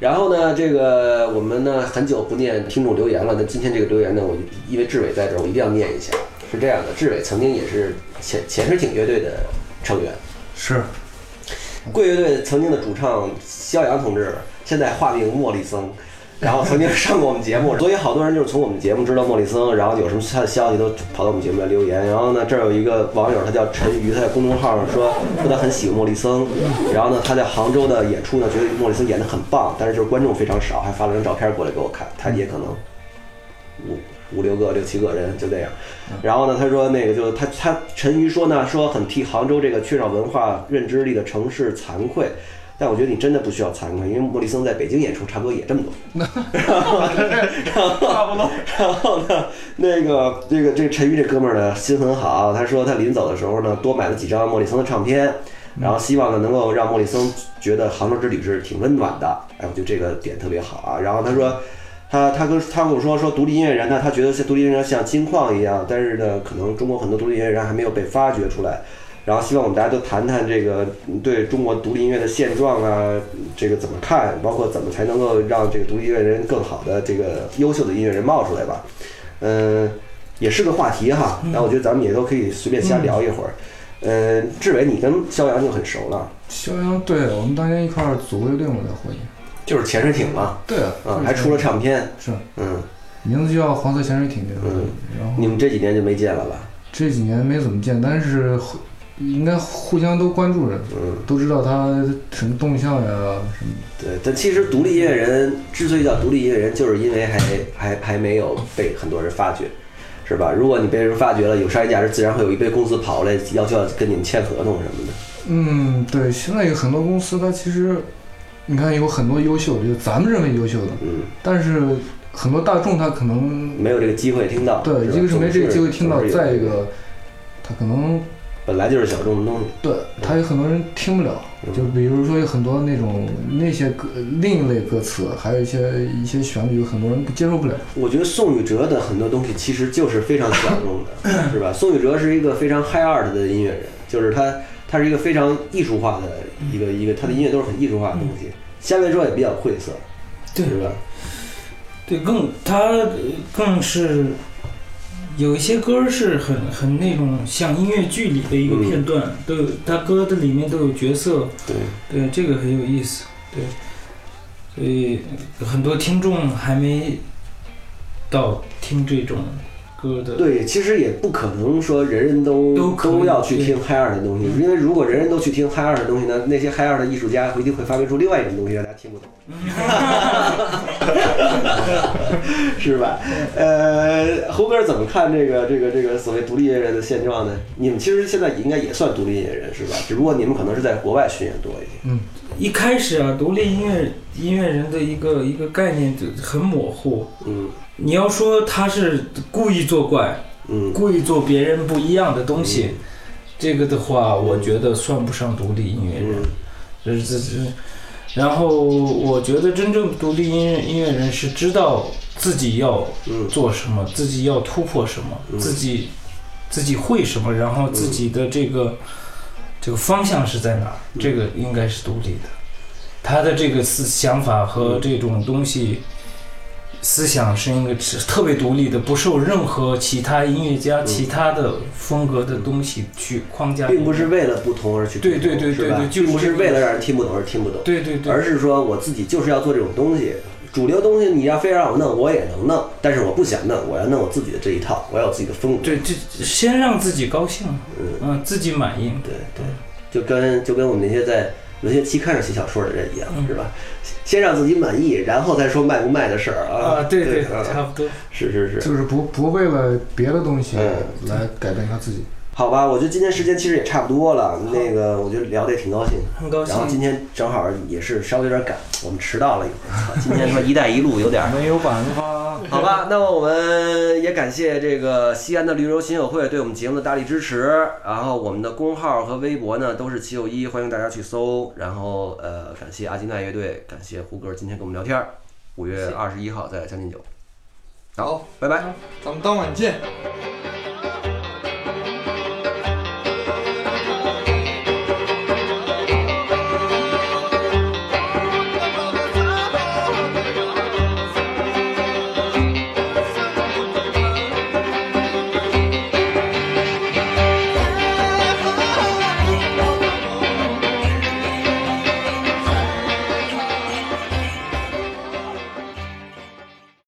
Speaker 1: 然后呢，这个我们呢很久不念听众留言了，那今天这个留言呢，我因为志伟在这儿，我一定要念一下。是这样的，志伟曾经也是潜潜水艇乐队的成员。
Speaker 2: 是
Speaker 1: 贵乐队曾经的主唱肖阳同志，现在化名莫里森，然后曾经上过我们节目， 所以好多人就是从我们节目知道莫里森，然后有什么他的消息都跑到我们节目来留言。然后呢，这儿有一个网友，他叫陈瑜，他在公众号上说说他很喜欢莫里森，然后呢，他在杭州的演出呢，觉得莫里森演得很棒，但是就是观众非常少，还发了张照片过来给我看，他也可能五五六个、六七个人就这样。然后呢，他说那个就他他陈瑜说呢，说很替杭州这个缺少文化认知力的城市惭愧。但我觉得你真的不需要惭愧，因为莫里森在北京演出差不多也这么多。然后，然后， 然后呢，那个这个这个陈瑜这哥们儿呢心很好，他说他临走的时候呢多买了几张莫里森的唱片，然后希望呢能够让莫里森觉得杭州之旅是挺温暖的。哎，我觉得这个点特别好啊。然后他说。他他跟他跟我说说独立音乐人呢，他觉得像独立音乐人像金矿一样，但是呢，可能中国很多独立音乐人还没有被发掘出来。然后希望我们大家都谈谈这个嗯对中国独立音乐的现状啊，这个怎么看，包括怎么才能够让这个独立音乐人更好的这个优秀的音乐人冒出来吧。嗯，也是个话题哈。那我觉得咱们也都可以随便瞎聊一会儿。嗯，志伟，你跟肖阳就很熟了，
Speaker 2: 肖央，对我们当年一块儿组过一个另外的婚姻，
Speaker 1: 就是潜水艇嘛，
Speaker 2: 对啊，
Speaker 1: 啊，还出了唱片，
Speaker 2: 是
Speaker 1: 嗯，
Speaker 2: 名字就叫黄色潜水艇这个，然
Speaker 1: 你
Speaker 2: 后
Speaker 1: 们这几年就没见了吧？
Speaker 2: 这几年没怎么见，但是互应该互相都关注着，
Speaker 1: 嗯。
Speaker 2: 都知道他什么动向呀什么的。
Speaker 1: 对，但其实独立音乐人之所以叫独立音乐人，就是因为还还还没有被很多人发掘，是吧？如果你被人发掘了，有商业价值，自然会有一堆公司跑过来要求要跟你们签合同什么的。
Speaker 2: 嗯，对，现在有很多公司，它其实你看有很多优秀的，就咱们认为优秀的，
Speaker 1: 嗯，
Speaker 2: 但是很多大众他可能
Speaker 1: 没有这个机会听到。
Speaker 2: 对，
Speaker 1: 吧
Speaker 2: 一个是没这个机会听到，
Speaker 1: 啊总是有
Speaker 2: 再一个他可能
Speaker 1: 本来就是小众的东西。
Speaker 2: 对他有很多人听不了，
Speaker 1: 嗯
Speaker 2: 就比如说有很多那种那些歌另一类歌词，还有一些一些旋律，有很多人不接受不了。
Speaker 1: 我觉得宋雨哲的很多东西其实就是非常小众 的，是吧？宋雨哲是一个非常 high art 的音乐人，就是他他是一个非常艺术化的一个一个，他的音乐都是很艺术化的东
Speaker 2: 嗯
Speaker 1: 西，相对来说也比较晦涩，
Speaker 3: 对
Speaker 1: 是吧？
Speaker 3: 对，更他呃更是有一些歌儿是很很那种像音乐剧里的一个
Speaker 1: 嗯
Speaker 3: 片段，都有他歌的里面都有角色，
Speaker 1: 对。
Speaker 3: 对这个很有意思，对，所以呃很多听众还没到听这种歌的，
Speaker 1: 对，其实也不可能说人人都
Speaker 3: 都可以
Speaker 1: 要去
Speaker 3: 对
Speaker 1: 听嗨二的东西，因为如果人人都去听嗨二的东西呢，那些嗨二的艺术家一定会发明出另外一种东西让大家听不懂， 是吧？呃，猴哥怎么看这个这个这个所谓独立音乐人的现状呢？你们其实现在应该也算独立音乐人是吧？只不过你们可能是在国外巡演多一些。
Speaker 3: 一开始啊，独立音乐音乐人的一个一个概念就很模糊，
Speaker 1: 嗯
Speaker 3: 你要说他是故意作怪，
Speaker 1: 嗯，
Speaker 3: 故意做别人不一样的东西，这个的话，我觉得算不上独立音乐人。
Speaker 1: 嗯
Speaker 3: 这这这，然后我觉得真正独立音乐音乐人是知道自己要
Speaker 1: 嗯
Speaker 3: 做什么，自己要突破什么，
Speaker 1: 嗯
Speaker 3: 自己自己会什么，然后自己的这个、这个方向是在哪儿，
Speaker 1: 嗯
Speaker 3: 这个应该是独立的。他的这个思想法和这种东西，思想是一个是特别独立的，不受任何其他音乐家、其他的风格的东西去框架。
Speaker 1: 嗯并不是为了不同而去
Speaker 3: 对对对
Speaker 1: 是
Speaker 3: 对
Speaker 1: 吧
Speaker 3: 对就是
Speaker 1: 并不是
Speaker 3: 这个
Speaker 1: 为了让人听不懂而听不懂，
Speaker 3: 对对对，
Speaker 1: 而是说我自己就是要做这种东西。主流东西你要非让我弄，我也能弄，但是我不想弄，我要弄我自己的这一套，我要有自己的风格。
Speaker 3: 对，这先让自己高兴，
Speaker 1: 嗯，
Speaker 3: 嗯，自己满意。
Speaker 1: 对对，就跟就跟我们那些在文学期刊上写小说的人一样，
Speaker 3: 嗯
Speaker 1: 是吧？先让自己满意，然后再说卖不卖的事儿啊。
Speaker 3: 啊，对对，
Speaker 1: 啊
Speaker 3: 差不多。
Speaker 1: 是是是，
Speaker 2: 就是不不为了别的东西
Speaker 1: 嗯
Speaker 2: 来改变他自己。
Speaker 1: 好吧，我觉得今天时间其实也差不多了，那个我觉得聊得也挺高兴。
Speaker 3: 很高兴
Speaker 1: 然后今天正好也是稍微有点赶，我们迟到了一会儿。操今天说“一带一路”有点儿
Speaker 2: 没有办法，
Speaker 1: 好吧，那么我们也感谢这个西安的驴友琴友会对我们节目的大力支持。然后我们的公号和微博呢都是七友一，欢迎大家去搜。然后呃，感谢阿金奈乐队，感谢胡歌今天跟我们聊天儿。五月二十一号在将进酒，
Speaker 4: 好，
Speaker 1: 拜拜。
Speaker 4: 咱们当晚见，拜。